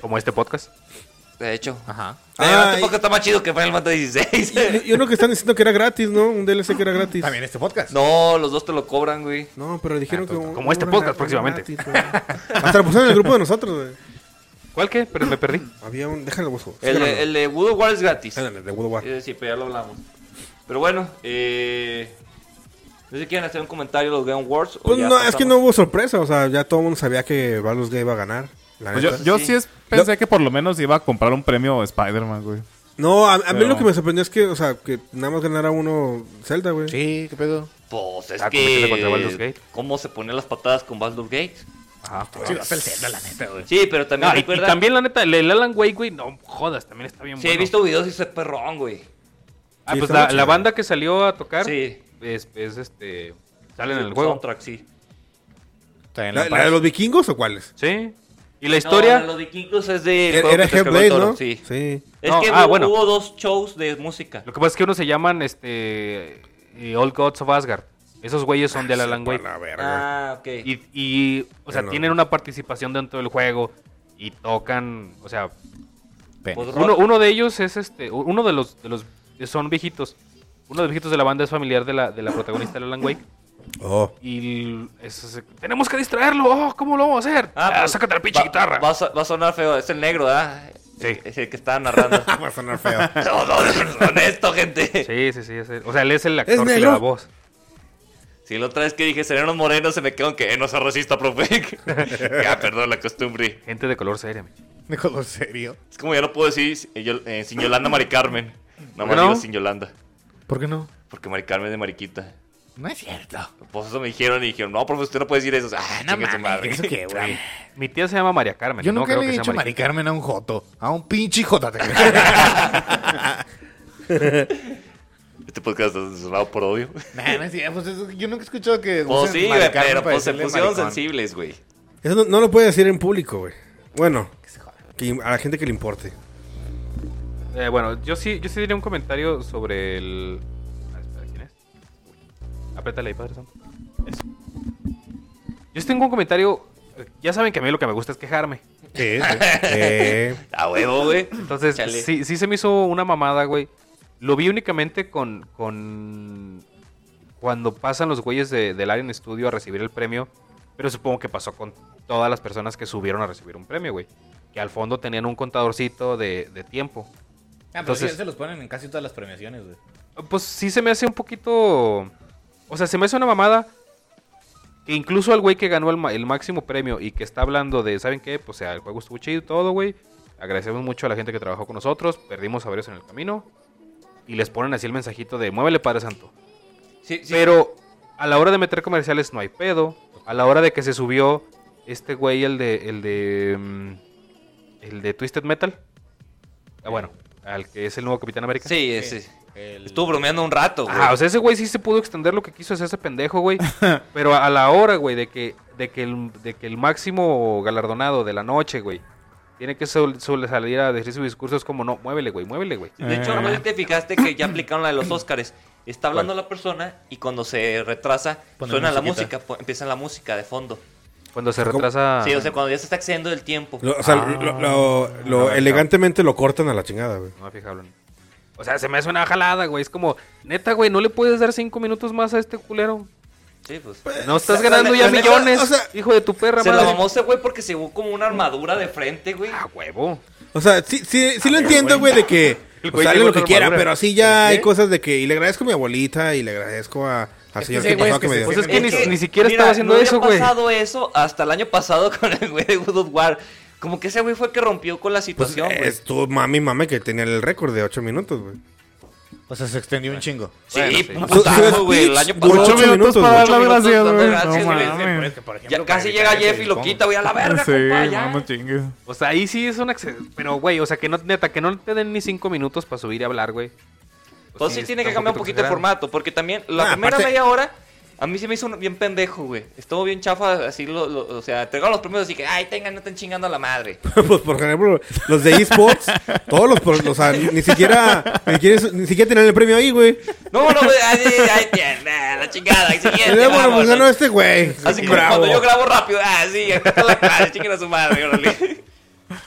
Como este podcast. De hecho. Ajá. Ah, Ah, y- este podcast está más chido que Final Fantasy y, XVI. y uno que están diciendo que era gratis, ¿no? Un DLC que era gratis. También este podcast. no, los dos te lo cobran, güey. No, pero dijeron Ah, que. todo- como este era podcast gratis, próximamente. güey. Hasta lo pusieron en el grupo de nosotros, güey. ¿Cuál qué? Pero me perdí. Había un. Déjalo, busco. El, Déjalo. de- el Eh, de Wood of War es gratis. Ándale, de World of War. Es decir, pero ya lo hablamos. Pero bueno, eh. No sé si quieren hacer un comentario los Game Awards. o Pues ya no, es que no pasamos. hubo sorpresa. O sea, ya todo el mundo sabía que Baldur's Gate iba a ganar. la Pues neta. yo, yo Sí. sí es- pensé que por lo menos iba a comprar un premio Spider-Man, güey. No, a, a mí Pero- lo que me sorprendió es que, o sea, que nada más ganara uno Zelda, güey. Sí, qué pedo. Pues es Ah, compitiendo contra Baldur's que. Gate. ¿Cómo se ponían las patadas con Baldur's Gate? Ajá. Sí, va a ser el Zelda, la neta, güey. Sí, pero también No, y, y recuerda- también la neta, el, el Alan Wake, güey, no jodas, también está bien Sí, bueno. he visto videos y ese perrón, güey. Ah, Sí, pues está la, chido. la banda que salió a tocar Sí. es, es, este. Salen en el juego. Soundtrack, sí. Está en ¿La, la la de los vikingos o cuáles? Sí. ¿Y la historia? No, lo de Kingos es de. Era, era Hellblade, ¿no? Sí. sí. Es No, que ah, hubo, bueno. hubo dos shows de música. Lo que pasa es que unos se llaman este eh, All Gods of Asgard. Esos güeyes son del Alan Wake. A ver, Ah, ok. Y, y, o sea, Ya no. tienen una participación dentro del juego y tocan, o sea, Pues, uno, rock. uno de ellos es este, u- uno de los, de los, son viejitos. Uno de los viejitos de la banda es familiar de la, de la protagonista del Alan Wake. Oh. Y l- eso se- tenemos que distraerlo. Oh, ¿Cómo lo vamos a hacer? Ah, pues, sácate la pinche va- guitarra. Va, a so- va a sonar feo. Es el negro, ¿verdad? Sí. Es el que estaba narrando. Ah, Va a sonar feo. No, no, no, honesto, gente. Sí. Sí, sí, sí. es él. O sea, él es el actor que le negro? da voz. Si la otra vez que dije serenos morenos, se me quedaron que "Eh, no se racista, profe. ya, perdón, la costumbre. Gente de color seria. mi chico. De color serio. Es como ya no puedo decir eh, yo- eh, sin Yolanda Mari Carmen. No ¿Por me qué no? digo sin Yolanda. ¿Por qué no? Porque Mari Carmen es de Mariquita. No es cierto. Pues eso me dijeron y dijeron, no, profe, usted no puede decir eso. Ah, No chingue su madre. mames, ¿eso qué, güey? Mi tía se llama María Carmen. Yo no nunca creo le he que sea dicho María- maricarmen a un joto. A un pinche jota. te- Este podcast está sonado por odio. Nah, no es cierto, pues, eso- yo nunca he escuchado que Pues usen sí, güey, maricarmen pero para pues se decirle pusieron maricón. Ah, sensibles, güey. Eso no, no lo puede decir en público, güey. Bueno, que- a la gente que le importe. Eh, bueno, yo sí, yo sí diría un comentario sobre el. Ah, espera, ¿quién es? Uy. Apriétale ahí, Padre Santo. Eso. Yo sí tengo un comentario. eh, Ya saben que a mí lo que me gusta es quejarme. Sí, sí. Eh, A huevo, güey. Entonces, Chale. sí, sí se me hizo una mamada, güey. Lo vi únicamente con. con cuando pasan los güeyes de- del Alien Studio a recibir el premio, pero supongo que pasó con todas las personas que subieron a recibir un premio, güey. Que al fondo tenían un contadorcito de, de tiempo. Ah, pero Entonces- sí, se los ponen en casi todas las premiaciones, güey. Pues sí se me hace un poquito... O sea, se me hace una mamada que incluso al güey que ganó el, ma- el máximo premio y que está hablando de, ¿saben qué? Pues o sea, el juego estuvo chido y todo, güey. Agradecemos mucho a la gente que trabajó con nosotros. Perdimos a varios en el camino. Y les ponen así el mensajito de, muévele Padre Santo. Sí, sí. Pero a la hora de meter comerciales no hay pedo. A la hora de que se subió este güey, el de. el de. mm, el de Twisted Metal. Ah, bueno, al que es el nuevo Capitán América. Sí, ese. El- Estuvo bromeando un rato, güey. Ah, o sea, ese güey sí se pudo extender lo que quiso hacer ese pendejo, güey. Pero a la hora, güey, de que, de, que el, de que el máximo galardonado de la noche, güey, tiene que sol- sol- salir a decir su discurso, es como, no, muévele, güey, muévele, güey. De hecho, Eh. nomás te fijaste que ya aplicaron la de los Óscares. Está hablando la persona y cuando se retrasa, Ponen suena la musiquita. música, po- empieza la música de fondo. Cuando se ¿Cómo? retrasa. Sí, o sea, cuando ya se está excediendo el tiempo. Lo- o sea, Ah. lo, lo- lo A ver, elegantemente lo cortan a la chingada, güey. No me he fijado en- O sea, se me hace una jalada, güey. Es como, neta, güey, no le puedes dar cinco minutos más a este culero. Sí, pues. No estás la- ganando la- ya la neta, millones, o sea, hijo de tu perra, Se la madre. mamó ese güey porque se llevó como una armadura de frente, güey. Ah, huevo. O sea, sí, sí, sí lo entiendo, güey, de que Ah, El pues, güey sale llegó lo que con quiera, armadura. pero así ya hay ¿Sí? cosas de que. Y le agradezco a mi abuelita y le agradezco a, al Es que señor ese que güey pasó es que que me se dio. Pues es que ni, Es que, ni siquiera Mira, estaba haciendo no eso, había güey. pasado eso hasta el año pasado con el güey de Good of War. Como que ese güey fue el que rompió con la Pues situación, güey. estuvo mami, mami, que tenía el récord de 8 minutos, güey. O sea, se extendió un chingo. Sí, Bueno, sí. un Su- su putazo, güey. El año speech duró pasado. Ocho ocho minutos minutos, para güey. dar Ocho las minutos gracias, dando güey. gracias, No güey. Sí, mames. Ya casi llega Jeff y lo quita, güey, a la verga, Sí, compa, ya. no chingues. O sea, ahí sí es un acceso. Pero, güey, o sea, que no, neta, que no te den ni cinco minutos para subir y hablar, güey. Pues sí, tiene que cambiar un poquito de formato. formato, porque también la Ah, primera aparte- media hora a mí se me hizo un- bien pendejo, güey. Estuvo bien chafa, así, lo, lo- o sea, entregaron los premios así que, ay, tengan, no estén chingando a la madre. pues por ejemplo, los de eSports, todos los, por- o sea, ni, ni siquiera, ni siquiera, ni siquiera tenían el premio ahí, güey. No, no, güey, ay, ay, ay, tía, nah, ah, la chingada, el Y siguiente, de, bueno, pues vámonos. ganó este güey. Así como Bravo. cuando yo grabo rápido, ah, sí, acá está la clase, chinguen a su madre, órale.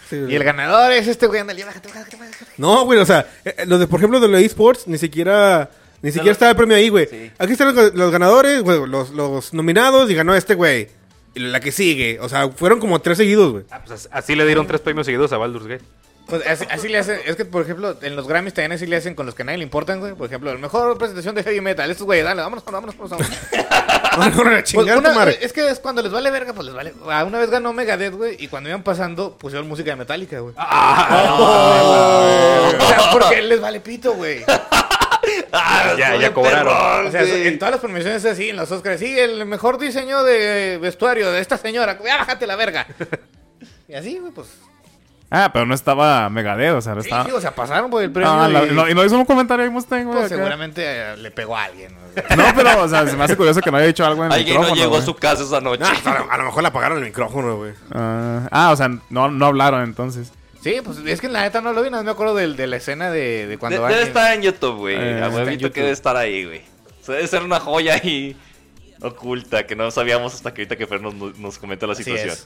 Sí, Y el ganador es este güey. Ándale, bájate, bájate, bájate. No, güey, o sea, eh, eh, los de, por ejemplo, de los esports, ni siquiera, ni siquiera lo- estaba el premio ahí, güey. Sí. Aquí están los, los ganadores, güey, los, los nominados y ganó este güey. Y la que sigue, o sea, fueron como tres seguidos, güey. Ah, pues as- así le dieron tres premios seguidos a Baldur's Gate. Pues así, así le hacen, es que por ejemplo, en los Grammys también así le hacen con los que a nadie le importan, güey. Por ejemplo, la mejor presentación de heavy metal, estos güey, dale, vámonos, vámonos, vámonos. vámonos. Fueron a Pues, chingar una- tu madre. es que es cuando les vale verga, pues les vale. Ah, Una vez ganó Megadeth, güey, y cuando iban pasando pusieron música de Metallica, güey. O sea, porque les vale pito, güey. Ah, Ya- son ya de cobraron. perrón, O sea, güey. en todas las premiaciones es así, en los Oscars, sí, el mejor diseño de vestuario de esta señora, ya bájate la verga. Y así, güey, pues. Ah, pero no estaba Megadeth, o sea, no Sí, estaba... sí, o sea, pasaron por el premio. Ah, la- y, no, y no hizo un comentario ahí Mustang, güey. pues, acá. seguramente eh, le pegó a alguien. güey. No, pero, o sea, se me hace curioso que no haya dicho algo en Ah, el Alguien no micrófono, llegó a güey. su casa esa eh, noche. No, a, lo, a lo mejor le apagaron el micrófono, güey. Ah, ah, o sea, no, no hablaron entonces. Sí, pues es que en la neta no lo vi, no me acuerdo del- de, la escena de, de De- cuando debe alguien- estar en YouTube, güey. Eh, está a en huevito que YouTube. debe estar ahí, güey. O sea, debe ser una joya ahí oculta que no sabíamos hasta que ahorita que Fer nos, nos comenta la Así situación. es.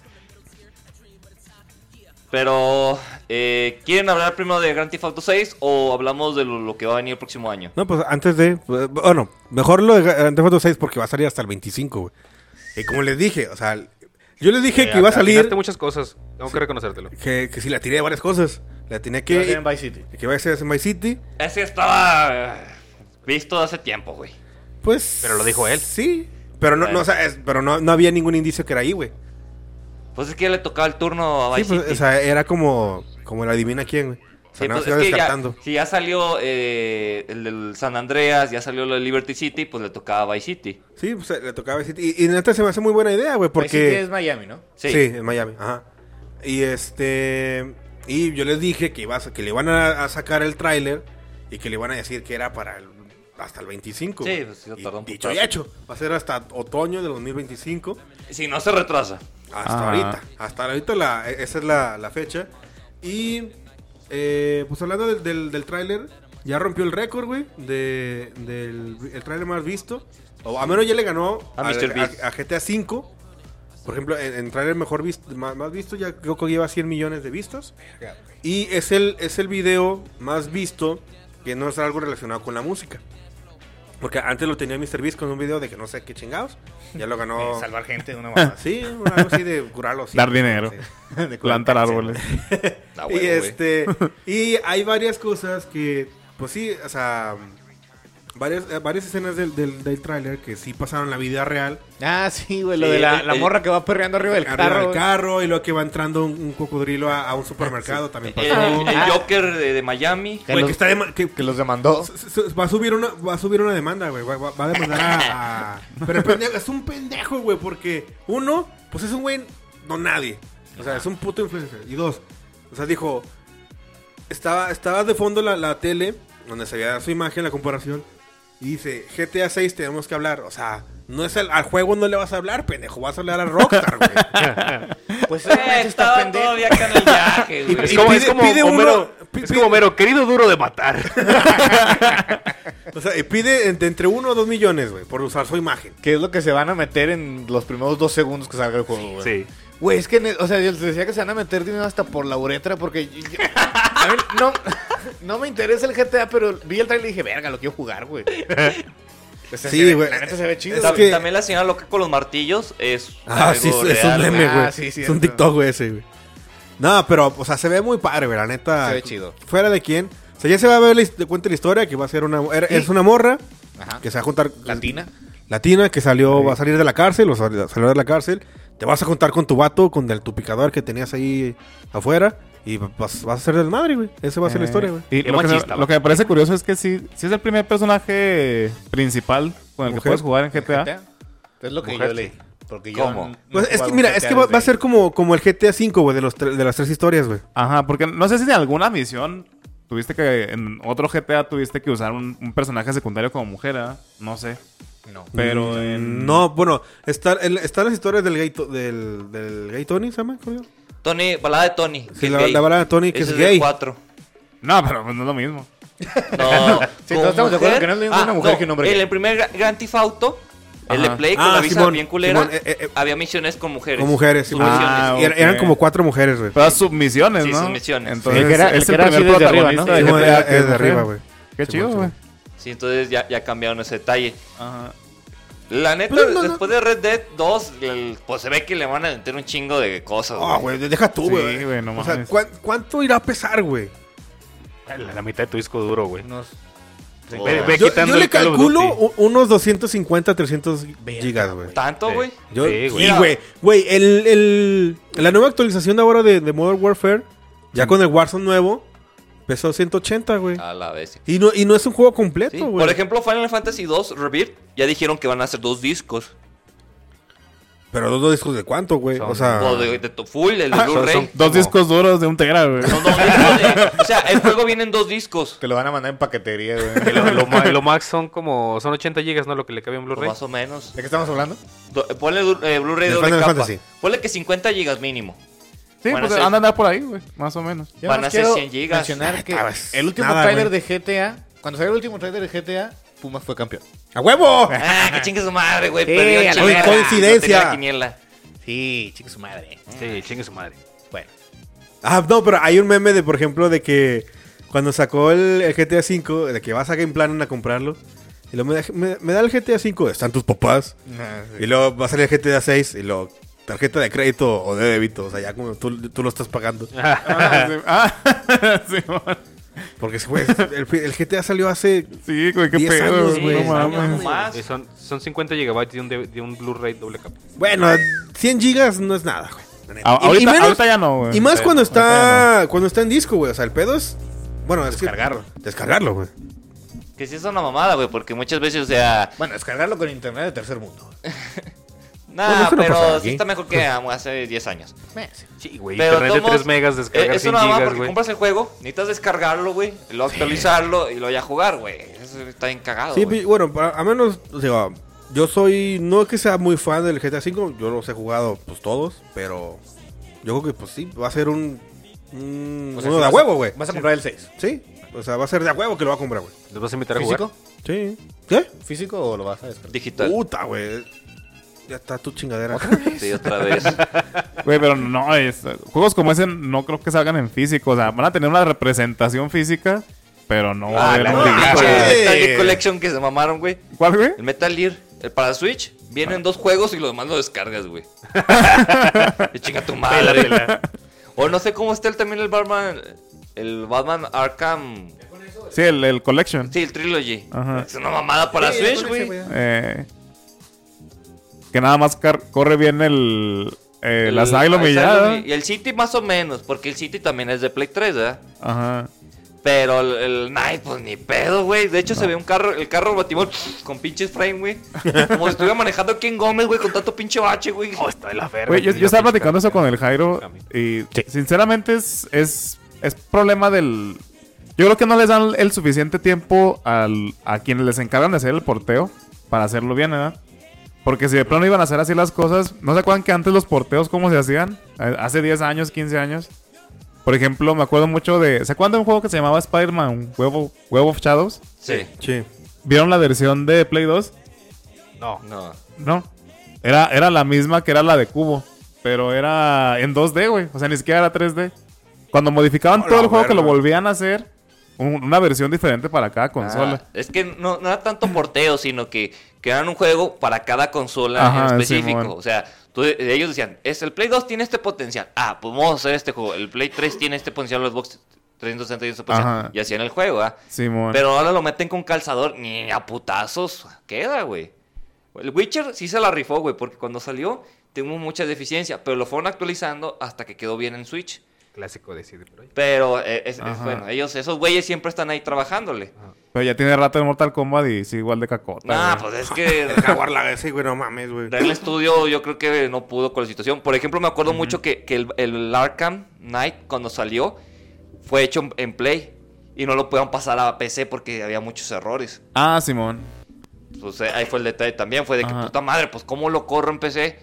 Pero, eh, ¿quieren hablar primero de Grand Theft Auto 6 o hablamos de lo, lo que va a venir el próximo año? No, pues antes de, pues, bueno, mejor lo de Grand Theft Auto 6 porque va a salir hasta el 25, güey. Y como les dije, o sea, yo les Eh, dije que iba a salir, Atinaste muchas cosas. Tengo que reconocértelo. que, que sí, la tiré de varias cosas. La tenía Que va a ser que... en Vice City. Que iba a ser en Vice City. Ese estaba eh, visto hace tiempo, güey. Pues. Pero lo dijo él. Sí. Pero no, no, o sea, es- pero no, no había ningún indicio que era ahí, güey. Pues es que ya le tocaba el turno a Sí, Vice pues, City. o sea, era como, como la adivina quién, güey. O sea, Sí, nada más pues, iba es que ya, descartando. si ya salió eh, el del San Andreas, ya salió el de Liberty City, pues le tocaba Vice City. Sí, pues le tocaba Vice City. Y, y neta se me hace muy buena idea, güey, Vice City porque. es Miami, ¿no? Sí. Sí, en Miami, ajá. Y este. Y yo les dije que, iba a, que le iban a, a sacar el tráiler y que le iban a decir que era para el- hasta el 25. Sí, güey. pues, sí, Y tardó un Dicho y putazo. hecho, va a ser hasta otoño del 2025. Si no se retrasa. Hasta Ah. Ajá. ahorita. Hasta ahorita la, e, esa es la, la fecha. Y eh, pues hablando del, del, del tráiler, ya rompió el récord, güey, de, del el tráiler más visto. O a menos ya le ganó A al- Mr. Beast. a- a GTA V. Por ejemplo, en, en tráiler mejor visto, más, más visto, ya creo que lleva 100 millones de vistos. Y es el, es el video más visto que no es algo relacionado con la música. Porque antes lo tenía Mr. Beast con un video de que no sé qué chingados. Ya lo ganó. Eh, salvar gente de una mamá. Sí, algo así de curarlos. Dar dinero. Plantar árboles. Ah, y bueno, güey. este y hay varias cosas que pues sí o sea varias eh, varias escenas del, del, del tráiler que sí pasaron en la vida real Ah, sí, güey, lo Sí, eh, de la, el- la el- morra que va perreando arriba del arriba carro. del carro y luego que va entrando un, un cocodrilo a, a un supermercado también El, pasó el- el Ah. Joker de, de Miami. Que Güey, los- que está de- que- güey, que los demandó. s- s- va a subir una va a subir una demanda güey va, va- va a demandar a, a- pero el pendejo- es un pendejo güey porque uno pues es un güey no nadie o sea es un puto influencer y dos o sea dijo estaba, estaba de fondo la, la tele, donde se veía su imagen, la comparación, y dice, GTA 6 tenemos que hablar. O sea, no es al, al juego no le vas a hablar, pendejo, vas a hablar a Rockstar, güey. Pues Eh, obviamente está estaba pendejo. todavía acá en el viaje, güey. Es como, pide- es como pide uno- Homero, pi- es como pide- Homero, querido duro de matar. o sea, y pide en- de entre uno o dos millones, güey, por usar su imagen. Que es lo que se van a meter en los primeros dos segundos que salga el juego, güey. Sí. Güey, es que, ne- o sea, yo les decía que se van a meter dinero hasta por la uretra porque... yo- yo- a mí no, no me interesa el GTA, pero vi el trailer y dije, verga, lo quiero jugar, güey. O sea, Sí, se ve- güey. La neta se ve chido, Es Tam- güey. que- Ah, También la señora loca con los martillos es. algo es real, un güey. meme, Ah, güey. sí, es un cierto. TikTok, güey, ese, güey. No, pero, o sea, se ve muy padre, güey, la neta. Se ve chido. Fuera de quién. O sea, ya se va a ver, la his- te cuenta la historia, que va a ser una... era- Sí. Es una morra Ajá. que se va a juntar... Latina. latina que salió, va a salir de la cárcel, o sal- salió de la cárcel, te vas a juntar con tu vato, con el, tu picador que tenías ahí afuera, y vas, vas a ser del madre, güey. Esa va a ser la historia, güey. Eh, y Qué lo, que, machista, se- lo que me parece curioso es que sí, sí es el primer personaje principal con el que Mujer. puedes jugar en GTA. Es lo que Mujer, yo leí. sí. Porque ¿Cómo? yo. no- Pues no es que, jugaba mira, un es que GTA va, va a desde ser como, como el GTA V, güey, de, los tre- de las tres historias, güey. Ajá, porque no sé si en alguna misión tuviste que, en otro GTA tuviste que usar un, un personaje secundario como mujer, ¿ah? No sé. ahí. No. Mm. Pero en... No, bueno, están está las historias del gay, to- del, del gay Tony, ¿se llama? creo? Tony, balada de Tony. que Sí, es la, gay. la verdad, Tony, que Ese es gay. de cuatro. No, pero pues, no es lo mismo. No, Sí, como todos estamos de acuerdo mujer- que no es lo mismo una mujer que un hombre En gay. el primer Gra- Grand Theft Auto, el de Ajá. Play, con Ah, la visa Simón, bien culera, Simón, eh, eh, eh. había misiones con mujeres. Con mujeres, Sus Simón. misiones. Ah, Y er- ok. Eran como cuatro mujeres, güey. Pero submisiones, Sí, ¿no? submisiones. Entonces, El que era- el es que el era así primer desde arriba, protagonista ¿no? de Simón, GTA era- era de que es arriba, mujer. güey. Qué chido, Simón, güey. Sí, entonces ya, ya cambiaron ese detalle. Ajá. La neta, No, no, no. después de Red Dead 2, el- pues se ve que le van a meter un chingo de cosas. Ah, güey. güey, deja tú, Sí, güey. güey, no o sea, mames. ¿cuán- ¿cuánto irá a pesar, güey? La, la mitad de tu disco duro, güey. Unos- Oh. Ve- ve Yo, quitando yo le el Call of calculo Duty. u- unos 250, 300 gigas, güey. Tanto, Sí. güey. Yo, Sí, güey. y, güey, güey, el, el- la nueva actualización de ahora de, de Modern Warfare, Mm. ya con el Warzone nuevo, pesó 180, güey. A la vez. Y, no, y no es un juego completo, Ah. Sí. Ah, güey. Por ejemplo, Final Fantasy 2 Rebirth ya dijeron que van a hacer dos discos. Pero dos, dos discos de cuánto, güey. O Son- sea, O de, de to- full, el de Ah, Blu-ray. Dos Como- discos duros de un Tera, güey. Son dos discos de- O sea, el juego viene en dos discos. Te lo van a mandar en paquetería, güey. Que Lo, lo ma- lo max son como. Son 80 gigas, ¿no? Lo que le cabe en o Blu-ray. Más o menos. ¿De qué estamos hablando? Do- Ponle du- eh, Blu-ray De doble Final capa. Fantasy. Ponle que 50 gigas mínimo. Sí, Van a pues ser- anda a andar por ahí, güey. Más o menos. Yo Van nomás a ser quiero 100 gigas. mencionar que Ah, pues, el último nada, trailer güey. de GTA, cuando salió el último trailer de GTA, Pumas fue campeón. ¡a huevo! Ah, que chingue su madre, güey. Sí, Eh, perdió a la chingada. verga. Coincidencia. No tenía la quiniela. Sí, chica su madre. Sí, chingue su madre. Bueno, Ah, no, pero hay un meme de, por ejemplo, de que cuando sacó el, el GTA V, de que vas a Game Planet a comprarlo, y luego me, da- me- me da el GTA V, están tus papás, Ah, y luego va a salir el GTA VI, y luego tarjeta de crédito o de débito, o sea, ya como tú, tú lo estás pagando. Ah, sí. Ah, sí, mon. Porque güey, el, el GTA salió hace... Sí, güey, qué 10 pedo, años, Sí, güey. güey. No años mames. nomás. Sí, son, son 50 gigabytes de un, de, de un Blu-ray doble capa. Bueno, 100 gigas no es nada, güey. la neta. A- Y- y ahorita, menos- ahorita ya no, güey. Y más Sí, cuando ahorita está cuando está en disco, güey. O sea, el pedo es... Bueno, es que- Descargarlo. Descargarlo, güey. Que sí es una mamada, güey, porque muchas veces, o sea, Pues, bueno, descargarlo con internet de tercer mundo. nada, eso no pasa pero aquí. sí está mejor que ah, hace 10 años. Sí, güey. Pero Internet de todos 3 megas, descargar Eh, es 100 una mamada gigas, porque güey. compras el juego, necesitas descargarlo, güey, y luego actualizarlo y luego ya jugar, güey. Eso está bien cagado. Sí, güey. pi- bueno, para- a menos, o sea, yo soy, no es que sea muy fan del GTA V, yo los he jugado pues todos, pero yo creo que pues sí, va a ser un... un O sea, uno si de a vas huevo, güey. Pues Vas a comprar el 6. Sí, o sea, va a ser de a huevo que lo va a comprar, güey. ¿Los vas a invitar a jugar? ¿Físico? Sí. ¿Qué? ¿Físico o lo vas a descargar? Digital. Puta, güey. Ya está tu chingadera. Sí, otra vez. Güey, pero no, es, juegos como ese no creo que salgan en físico. O sea, van a tener una representación física Pero no va a Ah, haber la un pinche regalo. güey. Metal Gear Collection que se mamaron, güey. ¿Cuál, güey? El Metal Gear, el para Switch, vienen dos juegos y lo demás lo descargas, güey. Y chinga tu madre. O no sé cómo está el, también el Batman, el Batman Arkham. Sí, el, el Collection. Sí, el Trilogy. Ajá. Es una mamada para Sí, Switch, con ese, güey. Eh, que nada más car- corre bien el, eh, el Asylum y ya. Asylum y- Y el City más o menos, porque el City también es de Play 3, ¿verdad? Ajá. Pero el, el Night, pues ni pedo, güey. De hecho, se ve un carro, el carro batimón con pinches frame, güey. Como si estuviera manejando King Gómez, güey, con tanto pinche bache, güey. Oh, está de la verga. Güey, yo, yo Mira, estaba pinche platicando eso carretera. con el Jairo y sinceramente es, es, es problema del... Yo creo que no les dan el suficiente tiempo al, a quienes les encargan de hacer el porteo para hacerlo bien, ¿verdad? Porque si de plano iban a hacer así las cosas, ¿no se acuerdan que antes los porteos cómo se hacían? Eh, Hace 10 años, 15 años. Por ejemplo, me acuerdo mucho de... ¿Se acuerdan de un juego que se llamaba Spider-Man, Web of- Web of Shadows? Sí. Sí. ¿Vieron la versión de Play 2? No. No. No. Era, era la misma que era la de Cubo. Pero era en 2D, güey. O sea, ni siquiera era 3D. Cuando modificaban A todo la el juego, que lo verga. volvían a hacer un- una versión diferente para cada consola. Ah, es que no, no era tanto porteo, sino que crearon un juego para cada consola Ajá, en específico. Simón. o sea, tú- ellos decían, es el Play 2 tiene este potencial. Ah, pues vamos a hacer este juego. El Play 3 tiene este potencial, el Xbox 360 tiene este potencial. Ajá. Y hacían el juego, ¿ah? Simón. Pero ahora lo meten con calzador, ni a putazos. Queda, güey. El Witcher sí se la rifó, güey, porque cuando salió tuvo mucha deficiencia, pero lo fueron actualizando hasta que quedó bien en Switch. Clásico de CD Projekt. Pero, eh, es- es- Ajá. Ah, bueno, ellos, esos güeyes siempre están ahí trabajándole. Pero ya tiene rato en Mortal Kombat y sí, igual de cacota. Nah, güey. pues es que Jaguar la ese, güey, no mames, güey. Real Studio yo creo que no pudo con la situación. Por ejemplo, me acuerdo mucho que, que el, el Arkham Knight cuando salió fue hecho en, en Play y no lo pudieron pasar a PC porque había muchos errores. Ah, Simón. Pues eh, ahí fue el detalle también, fue de que Ajá. puta madre, pues cómo lo corro en PC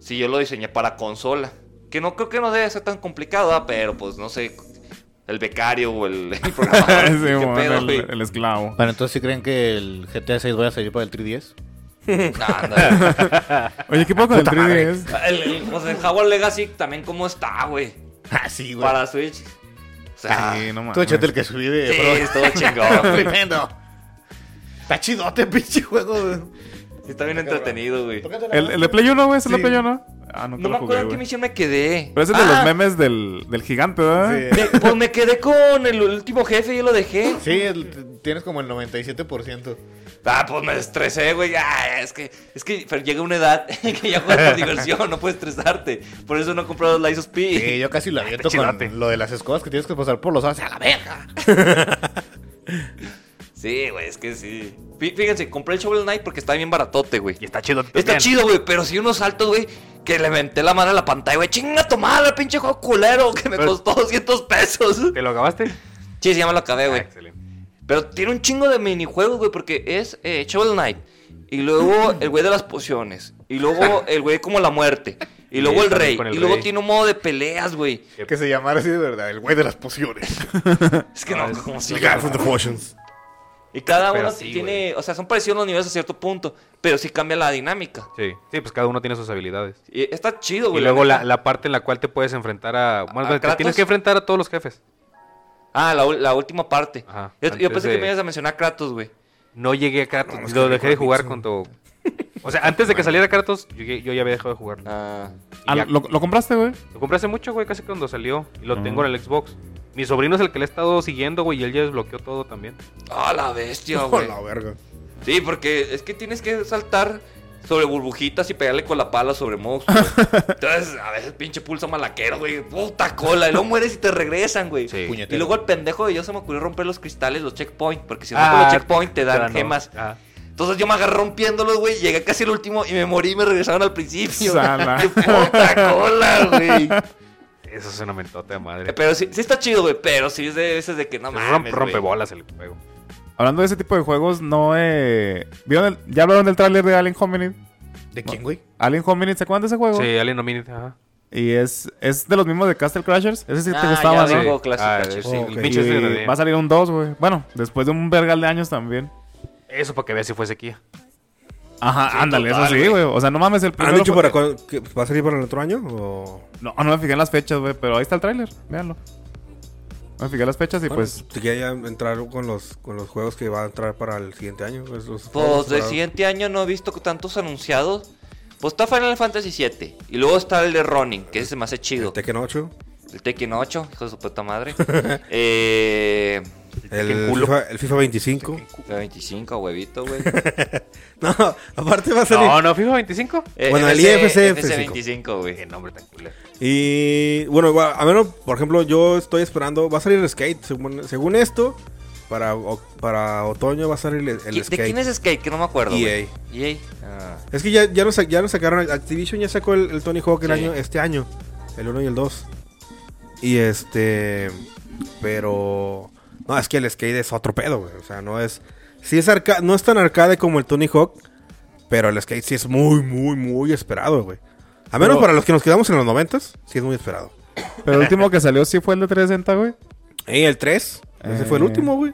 si yo lo diseñé para consola. Que no creo que no debe ser tan complicado, ¿verdad? pero pues no sé, el becario o el, el programador. ¿qué Simón, pedo, el, güey? el esclavo. Bueno, entonces, ¿sí creen que el GTA 6 va a salir para el 3DS? No, ándale. Oye, ¿qué pasa con el 3DS? El- el- pues el Hogwarts Legacy también cómo está, güey. Ah, sí, güey. Para Switch. O sea, Sí, no mames. Tú échate el que subí de... Sí, estuvo chingón. güey. Tremendo. Está chidote, pinche juego. güey. Está bien entretenido, güey. El, el de Play 1, güey. ¿Es el de Sí. Play 1? Ah, no, No me acuerdo en qué güey. misión me quedé. Pero es el de los Ah. memes del, del gigante, ¿verdad? Sí. Me- pues me quedé con el último jefe y lo dejé. Sí, el- tienes como el 97%. Ah, pues me estresé, güey. Ah, es que, es que pero llega una edad que ya juegas por diversión, no puedes estresarte. Por eso no compré los Lies of P. Sí, yo casi lo aviento chidote. con lo de las escobas que tienes que pasar por los ojos. Ah, ¡A la verga! Sí, güey, es que sí. Fí- Fíjense, compré el Shovel Knight porque está bien baratote, güey. Y está chido. Está también. chido, güey, pero sí unos saltos, güey, que le menté la mano a la pantalla, güey. Chinga tu madre, pinche juego culero, que me Pero- costó 200 pesos. ¿Te lo acabaste? Sí, sí, ya me lo acabé, Ah, güey. excelente. Pero tiene un chingo de minijuegos, güey, porque es eh, Shovel Knight. Y luego el güey de las pociones. Y luego el güey como la muerte. Y luego Sí, el también rey. con el y luego rey. tiene un modo de peleas, güey. Que se llamara así de verdad, el güey de las pociones. Es que no, como si... The guy from the potions. Y cada Pero uno sí, tiene... O sea, son parecidos los niveles a cierto punto. Pero sí cambia la dinámica. Sí. sí, pues cada uno tiene sus habilidades. Y está chido, Y güey. luego la, neta. la parte en la cual te puedes enfrentar a. Bueno, ¿A te tienes Kratos? que enfrentar a todos los jefes. Ah, la, ul- la última parte. Ajá, yo, yo antes pensé de- que me ibas a mencionar a Kratos, güey. No llegué a Kratos. lo dejé de jugar con todo. O sea, antes de que saliera Kratos, yo, llegué- yo ya había dejado de jugarlo. Ah, Ah, Y ya. ¿lo, ¿Lo compraste, güey? Lo compré hace mucho, güey, casi cuando salió. Y lo Ah. tengo en el Xbox. Mi sobrino es el que le he estado siguiendo, güey, y él ya desbloqueó todo también. Ah, la bestia, ¡A güey. la verga! Sí, porque es que tienes que saltar sobre burbujitas y pegarle con la pala sobre monstruos. Entonces, a veces pinche pulso malaquero, güey. Puta cola. Y luego mueres y te regresan, güey. Sí. Y luego el pendejo de yo se me ocurrió romper los cristales, los checkpoints. Porque si no Ah, los checkpoint te dan dando- gemas. Ah. Entonces yo me agarré rompiéndolos, güey. Llegué casi al último y me morí y me regresaron al principio. Sala. ¡Qué puta cola, güey! Eso es una mentota de madre. Eh, Pero sí, sí está chido, güey. Pero sí es de veces de que no Es mames. rompe, güey. rompe bolas el juego. Hablando de ese tipo de juegos, no eh... ¿Vieron el- ¿Ya hablaron del tráiler de Alien Hominid? ¿De quién, güey? Alien Hominid, ¿se acuerdan de ese juego? Sí, Alien Omnid. Ajá. Y es, es de los mismos de Castle Crashers. Ese sí te Ah, gustaba, ya ¿no? vi. juego clásico, Ah, chis. sí, el Ok. pinche Y ese de- va a salir un 2, güey. Bueno, después de un vergal de años también. Eso para que veas si fue sequía. Ajá, ándale, total, eso sí, güey. O sea, no mames el ¿Han primero. dicho fue- para cuándo- que va a salir Ah, para el otro año? O... No, no me fijé en las fechas, güey, pero ahí está el tráiler. Véanlo. Vamos a fijar las fechas y Bueno, pues. te quería ya entrar con los, con los juegos que va a entrar para el siguiente año. pues, los juegos Pues del esperados. siguiente año no he visto tantos anunciados. Pues está Final Fantasy VII. Y luego está el de Ronin, que ese se me hace El chido. Tekken 8, El Tekken 8, hijo de su puta madre. eh, el, Tekken culo. FIFA, el FIFA 25. la 25, huevito, güey. No, aparte va a salir. No, no, FIFA 25. Eh, Bueno, el FC, IFC 25, Qué güey. nombre tan culero. Y bueno, igual, a menos, por ejemplo, yo estoy esperando. Va a salir el skate. Según, según esto, para, o- para otoño va a salir el, el ¿Qui- skate. E ¿De quién es Skate? Que no me acuerdo. EA. güey. EA. Ah. Es que ya, ya, nos, ya nos sacaron. el- Activision ya sacó el, el Tony Hawk el Sí. año, este año. El 1 y el 2. Y este. Pero. No, es que el skate es otro pedo, güey. O sea, no es. Sí es arca no es tan arcade como el Tony Hawk. Pero el skate sí es muy, muy, muy esperado, güey. A menos Pero- para los que nos quedamos en los 90 sí es muy esperado. Pero el último que salió sí fue el de 360, güey. Eh, Y el 3. Ese fue el Eh. último, güey.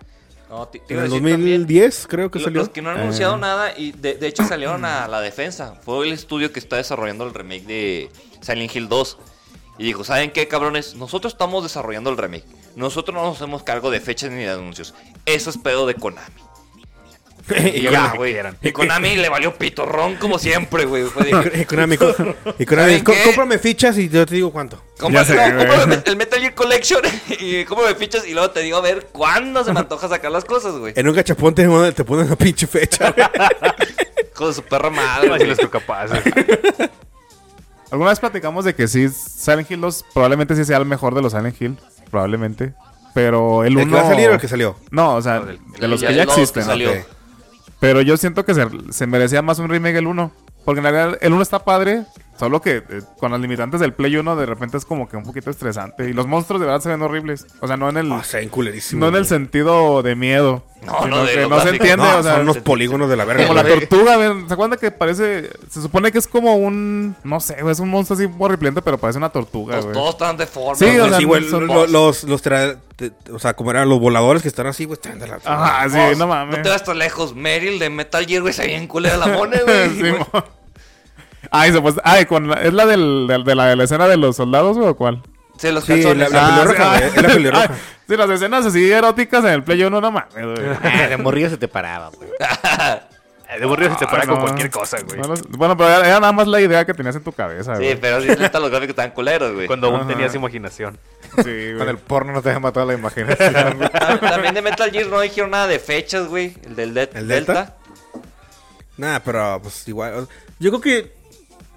No, te- En te iba a el decir también, 2010, creo que lo- salió. Los que no han anunciado Eh. nada y de, de hecho salieron a la defensa. Fue el estudio que está desarrollando el remake de Silent Hill 2. Y dijo, ¿saben qué, cabrones? Nosotros estamos desarrollando el remake. Nosotros no nos hacemos cargo de fechas ni de anuncios. Eso es pedo de Konami. hagan Y lo ya, que güey. quieran. Y Konami le valió pitorrón como siempre, güey. Fue de- Económico. ¿Saben Económico. qué? Cómprame fichas y yo te digo cuánto. Compra- Ya sé, no, güey. cómprame el Metal Gear Collection y cómprame fichas y luego te digo a ver cuándo se me antoja sacar las cosas, güey. En un cachapón te, te ponen la pinche fecha. güey. Hijo de su perra madre, Así güey. les toca pasar. Alguna vez platicamos de que sí, Silent Hill 2 probablemente sí sea el mejor de los Silent Hill. Probablemente. Pero el ¿El que va a uno- salir o el que salió? No, o sea, No, del- de los Ya que ya el dos existen. salió. ok. Pero yo siento que se, se merecía más un remake el 1. Porque en realidad el 1 está padre, solo que eh, con las limitantes del Play 1 de repente es como que un poquito estresante. Y los monstruos de verdad se ven horribles. O sea, no en Mm. el, Ah, se ven culerísimos, no en el güey. sentido de miedo. No, sino no, de que los no se gráficos. entiende. No, o sea, son unos polígonos de la verga. como la güey. tortuga, ¿ven? ¿se acuerdan que parece? Se supone que es como un. No sé, güey, es un monstruo así horripiente, pero parece una tortuga, Todos, güey. Pues, todos están deformes. Sí, güey. o sea, Sí, güey, son- lo- los, los tra- te- o sea, como eran los voladores que están así, güey, están de la Ajá, sí, Vos, no mames. Oh, No te vas tan lejos. Meryl de Metal Gear, güey, se bien culera la mone, Sí, güey. mo- Ay, se pues, ay, con la- ¿es la, del, del- de la de la escena de los soldados, güey, o cuál? se los Sí, calzones. la- la- pelirroja, güey, es la pelirroja. ay, sí, las escenas así eróticas en el Play 1, no mames, güey. Ah, de morrillo se te paraba, güey. Eh, De aburrido se te para Ah, con no. cualquier cosa, güey. Bueno, bueno, pero era, era nada más la idea que tenías en tu cabeza, Ah, Sí, güey. pero sí, neta, los gráficos están culeros, güey. Cuando aún Ajá. tenías imaginación. Con Sí, güey. el porno no te dejan matar la imaginación. güey. Ah, También de Metal Gear no dijeron nada de fechas, güey. El del de- ¿El Delta? Delta? Nada, pero pues igual. Yo creo que,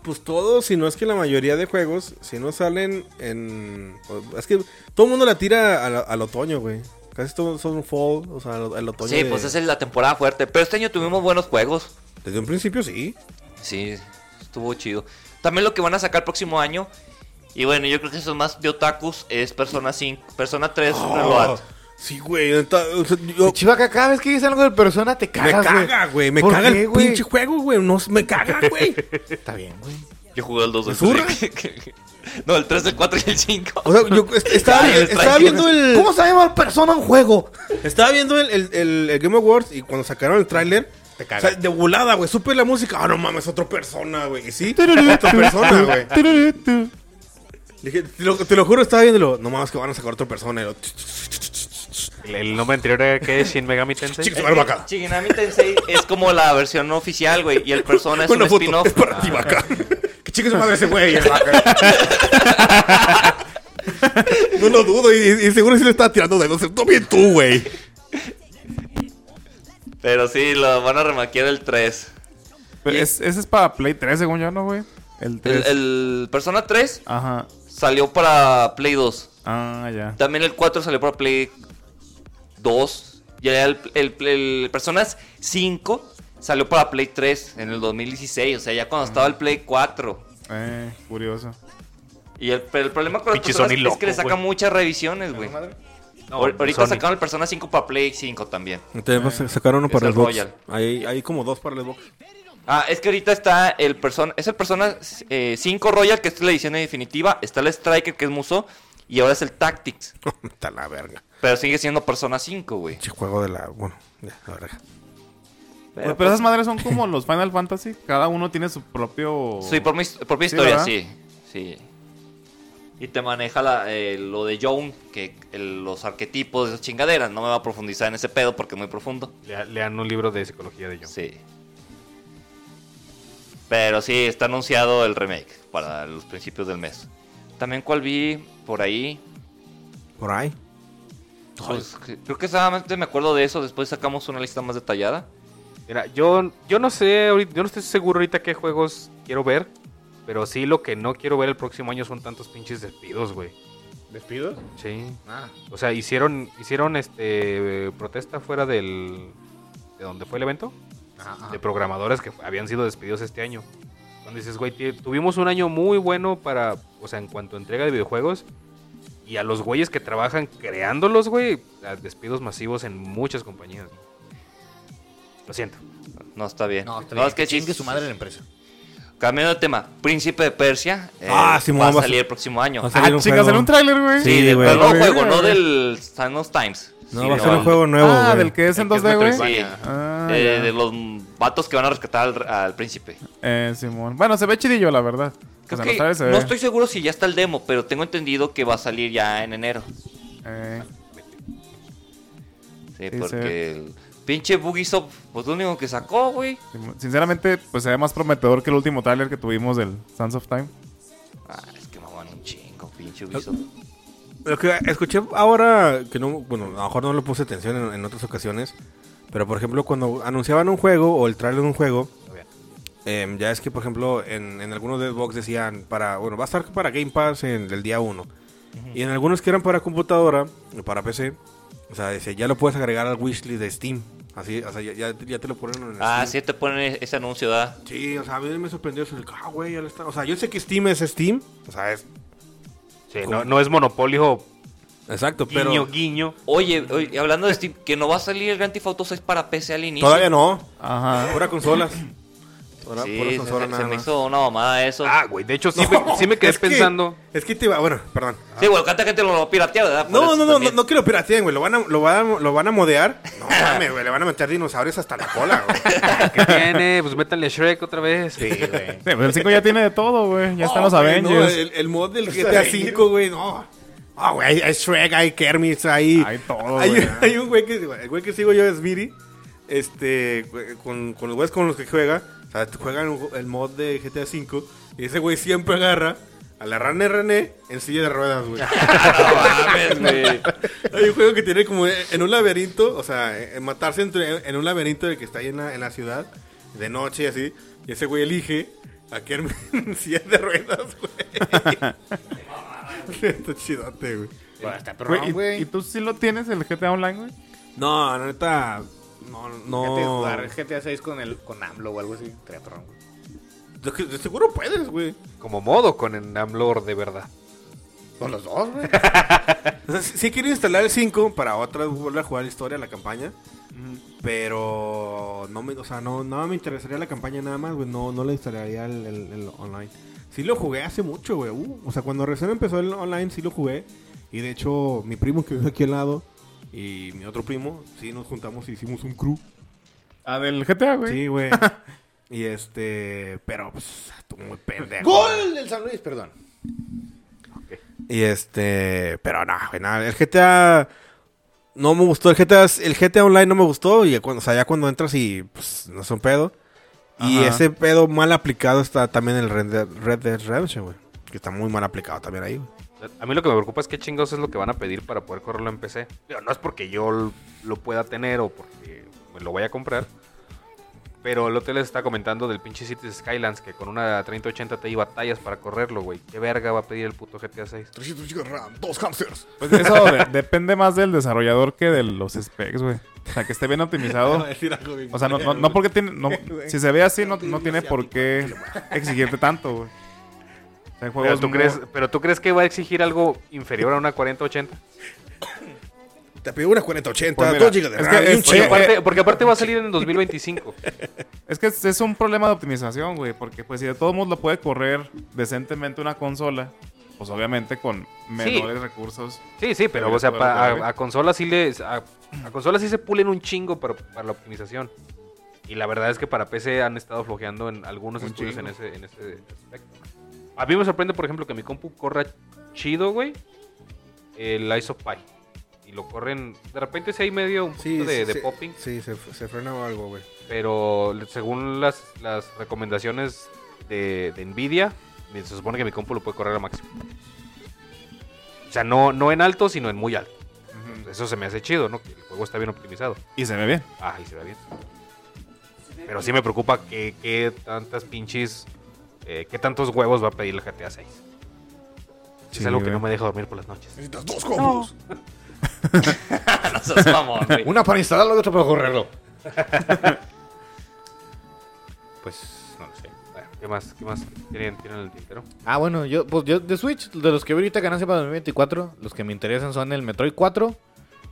pues todos, si no es que la mayoría de juegos, si no salen en. o- Es que todo el mundo la tira al, al otoño, güey. Casi todos son fall, o sea, al, al otoño. Sí, de- pues esa es la temporada fuerte. Pero este año tuvimos buenos juegos. Desde un principio sí. Sí, estuvo chido. También lo que van a sacar próximo año. Y bueno, yo creo que eso es más de otakus. Es Persona 5, Persona 3 Oh. Reload. Sí, güey. neta, o sea, yo- Chivaca, cada vez que dices algo del persona te me cagas, güey. caga, güey. Me ¿Por caga qué, el güey? pinche juego, güey. No, me caga, güey. Está bien, güey. Yo jugué el 2 ¿Me del zurra? 3. No, el 3, el 4 y el 5. O sea, yo est- estaba, Ay, el estaba viendo el. ¿Cómo se llama persona un juego? Estaba viendo el, el- el- el Game Awards y cuando sacaron el tráiler. Te caga. o sea, de volada, güey. Supe la música. Ah, no mames, otro persona, güey. Y sí, otra persona, güey. Dije, te lo, te lo juro, estaba viéndolo. No mames, que van a sacar otra persona. Y lo- El, el nombre anterior era que es Shin Megami Tensei. Chicos, a ver, vaca. Shigenami Tensei es como la versión oficial, güey. Y el Persona es un Una foto. spin-off. Ah, Es para ti, vaca. Que chica su madre ese güey. el vaca. No lo dudo. Y, y seguro sí le estaba tirando de los. No bien tú, güey. Pero sí, lo van a remaquear el 3. Pero es- ese es para Play 3, según yo, ¿no, güey? El 3. El, el Persona 3 Ajá. salió para Play 2. Ah, ya. También el 4 salió para Play 2. Y el, el, el Persona 5 salió para Play 3 en el 2016. O sea, ya cuando estaba el Play 4. Eh, curioso. Y el, pero el problema con el Pinche Persona Sony es que loco, le sacan güey. muchas revisiones, güey. No, Ahor- Ahorita Sony. sacaron el Persona 5 para Play 5 también. Entonces sacaron uno Es para el Xbox. Royal. Hay, hay como dos para el Xbox. Ah, es que ahorita está el Persona. Es el Persona eh, 5 Royal, que es la edición definitiva. Está el Striker, que es Musou. Y ahora es el Tactics. Está la verga. Pero sigue siendo Persona 5, güey. Che juego de la. Bueno, ya, la verga. Güey, pues Pero, pues, esas madres son como los Final Fantasy. Cada uno tiene su propio. Sí, por mi, por mi Sí, historia, ¿verdad? sí. Sí. y te maneja la- eh, lo de Young, que el- los arquetipos de esas chingaderas. No me va a profundizar en ese pedo porque es muy profundo. Lea- lean un libro de psicología de John. Sí. Pero sí, está anunciado el remake para los principios del mes. También cual vi por ahí. Por ahí. Pues, que- creo que solamente me acuerdo de eso. Después sacamos una lista más detallada. Mira, yo, yo no sé, ahorita- yo no estoy seguro ahorita qué juegos quiero ver, pero sí lo que no quiero ver el próximo año son tantos pinches despidos, güey. ¿Despidos? Sí. Ah, O sea, hicieron, hicieron este eh, protesta fuera del de donde fue el evento ajá, ajá. de programadores que habían sido despedidos este año. Cuando dices, güey, ti- tuvimos un año muy bueno para, o sea, en cuanto a entrega de videojuegos y a los güeyes que trabajan creándolos, güey, a despidos masivos en muchas compañías. Lo siento. No está bien. No, está No, bien, es que sí- chingue su madre la empresa. Cambiando de tema. Príncipe de Persia. eh, Ah, Simón, va a va a salir sa- el próximo año. va a Ah, Salió un chicas, juego. salió un tráiler, güey. Sí, del güey. pero no A ver, juego, no güey. del Thanos Times. No, sino va a ser un al- juego nuevo. Ah, güey. del que es en El que es 2D, güey. Sí, Ah, eh, ya. de los vatos que van a rescatar al, al príncipe. Eh, Simón. Bueno, se ve chidillo, la verdad. Pues Creo O sea, que los trailers se no ve. estoy seguro si ya está el demo, pero tengo entendido que va a salir ya en enero. Eh, Sí, Sí, se porque ve. el pinche Bugisoft, pues lo único que sacó, güey. Simón. Sinceramente, pues se ve más prometedor que el último tráiler que tuvimos del Sands of Time. Ah, es que me van un chingo, pinche Ubisoft. Lo que escuché ahora, que no, bueno, a lo mejor no le puse atención en, en otras ocasiones, pero por ejemplo cuando anunciaban un juego o el trailer de un juego, em, ya es que por ejemplo en, en algunos de Xbox decían para, bueno, va a estar para Game Pass en el día 1. Y en algunos que eran para computadora o para PC, o sea, dice, ya lo puedes agregar al wishlist de Steam. Así, o sea, ya, ya- ya te lo ponen en el Ah, Steam. sí, te ponen ese anuncio, ¿verdad? Sí, o sea, a mí me sorprendió eso. de que, Ah, güey, ya lo está. O sea, yo sé que Steam es Steam. O sea, es. Sí, ¿Cómo? no, no es monopolio Exacto, pero. guiño guiño. Oye, oye, y hablando de Steam, que no va a salir el Grand Theft Auto 6 para PC al inicio. Todavía no. Ajá. Pura consolas. Pura, Sí, pura se, consola se- nada se me más. hizo una mamada eso. Ah, güey, de hecho sí, me, sí me quedé es que- pensando. es que te iba. Bueno, perdón. Sí, bueno, canta que te lo pirateado, ¿verdad? Por No, eso no, no, no, también. no quiero piratear, güey. Lo van a, lo van a, lo van a modear. No mames, güey. Le van a meter dinosaurios hasta la cola, güey. ¿Qué tiene? Pues métanle a Shrek otra vez. Sí, güey. Sí, pues el 5 ya tiene de todo, güey. Ya están los No, Oh, güey, no, Avengers. el, el mod del GTA V, güey, no. Ah, güey, hay- hay Shrek, hay Kermit, hay... Hay todo, Hay, güey. hay un güey que... El güey que sigo yo es Viri. Este, güey, con, con los güeyes con los que juega. O sea, juegan un- el mod de GTA V. Y ese güey siempre agarra a la Rane René en silla de ruedas, güey. Ah, No mames, güey. Hay un juego que tiene como en un laberinto, o sea, en matarse entre- en un laberinto de que está ahí en la, en la ciudad, de noche y así, y ese güey elige a Kermit en silla de ruedas, güey. está chidote, güey. Bueno, está Güey, perrón, ¿y- güey. ¿y, tú sí lo tienes, el GTA Online, güey? No, la neta, no, Fíjate, no. jugar GTA 6 con, el, con AMLO o algo así. estaría perrón, güey. Yo que- de seguro puedes, güey. Como modo con el Amlor de verdad. Con los dos, güey. O sea, sí, sí quiero instalar el 5 para otra vez volver a jugar la historia, la campaña. Pero no me, o sea, no, no me interesaría la campaña nada más, güey. No, no le instalaría el, el- el online. Sí lo jugué hace mucho, güey. uh, o sea, cuando recién empezó el online, sí lo jugué. Y de hecho, mi primo que vive aquí al lado y mi otro primo, sí nos juntamos y hicimos un crew. Ah, del GTA, güey. Sí, güey. y este, pero pues, estuvo muy pendejo. ¡Gol del San Luis! Perdón. Y este, pero no, güey, nada, el GTA no me gustó, el GTA, el GTA Online no me gustó, y cuando, o sea, ya cuando entras y pues no es un pedo. Y Ajá. ese pedo mal aplicado está también el Red Dead, Red Dead Redemption, güey, que está muy mal aplicado también ahí. güey. A mí lo que me preocupa es qué chingados es lo que van a pedir para poder correrlo en PC. Digo, no es porque yo l- lo pueda tener o porque me lo voy a comprar. Pero el otro les está comentando del pinche Cities Skylands que con una 3080 Ti batallas para correrlo, güey. ¿Qué verga va a pedir el puto GTA 6? 300 GB RAM, dos hamsters. Pues eso de- depende más del desarrollador que de los specs, güey. O sea, que esté bien optimizado. O sea, no, no, no porque tiene. no- si se ve así, no, no tiene por qué exigirte tanto, güey. O sea, hay Pero juegos tú, muy- crees, pero tú crees que va a exigir algo inferior a una 4080? Te pido una 4080, Pues mira, dos gigas de es RAM que y un es- chingo. Porque aparte, porque aparte va a salir en el 2025. Es que es, es un problema de optimización, güey. Porque, pues, si de todos modos lo puede correr decentemente una consola, pues obviamente con menores recursos. Sí, sí, pero o sea, pa- a, a consolas sí les, a, a consolas sí se pulen un chingo para, para la optimización. Y la verdad es que para PC han estado flojeando en algunos Un estudios en chingo. ese, en ese aspecto. A mí me sorprende, por ejemplo, que mi compu corra chido, güey, el Ice of Pie. Y lo corren, de repente si hay medio un Sí, poquito de, sí, de se- popping, Sí, se, se frena algo, güey. pero según las, las recomendaciones de, de Nvidia, se supone que mi compu lo puede correr a máximo. O sea, no, no en alto, sino en muy alto. Eso se me hace chido, ¿no? Que el juego está bien optimizado. Y se ve bien. Ah, y se ve bien. Pero sí me preocupa que, que tantas pinches. eh, ¿Qué tantos huevos va a pedir el GTA 6? Sí, es algo que güey. no me deja dormir por las noches. Necesitas dos combos. No seas mamón, güey. Una para instalarlo y otra para correrlo. Pues no lo sé. Bueno, ¿Qué más? ¿Qué más tienen, tienen en el tintero? Ah, bueno, yo, pues yo de Switch, de los que vi ahorita ganancia para 2024, los que me interesan son el Metroid 4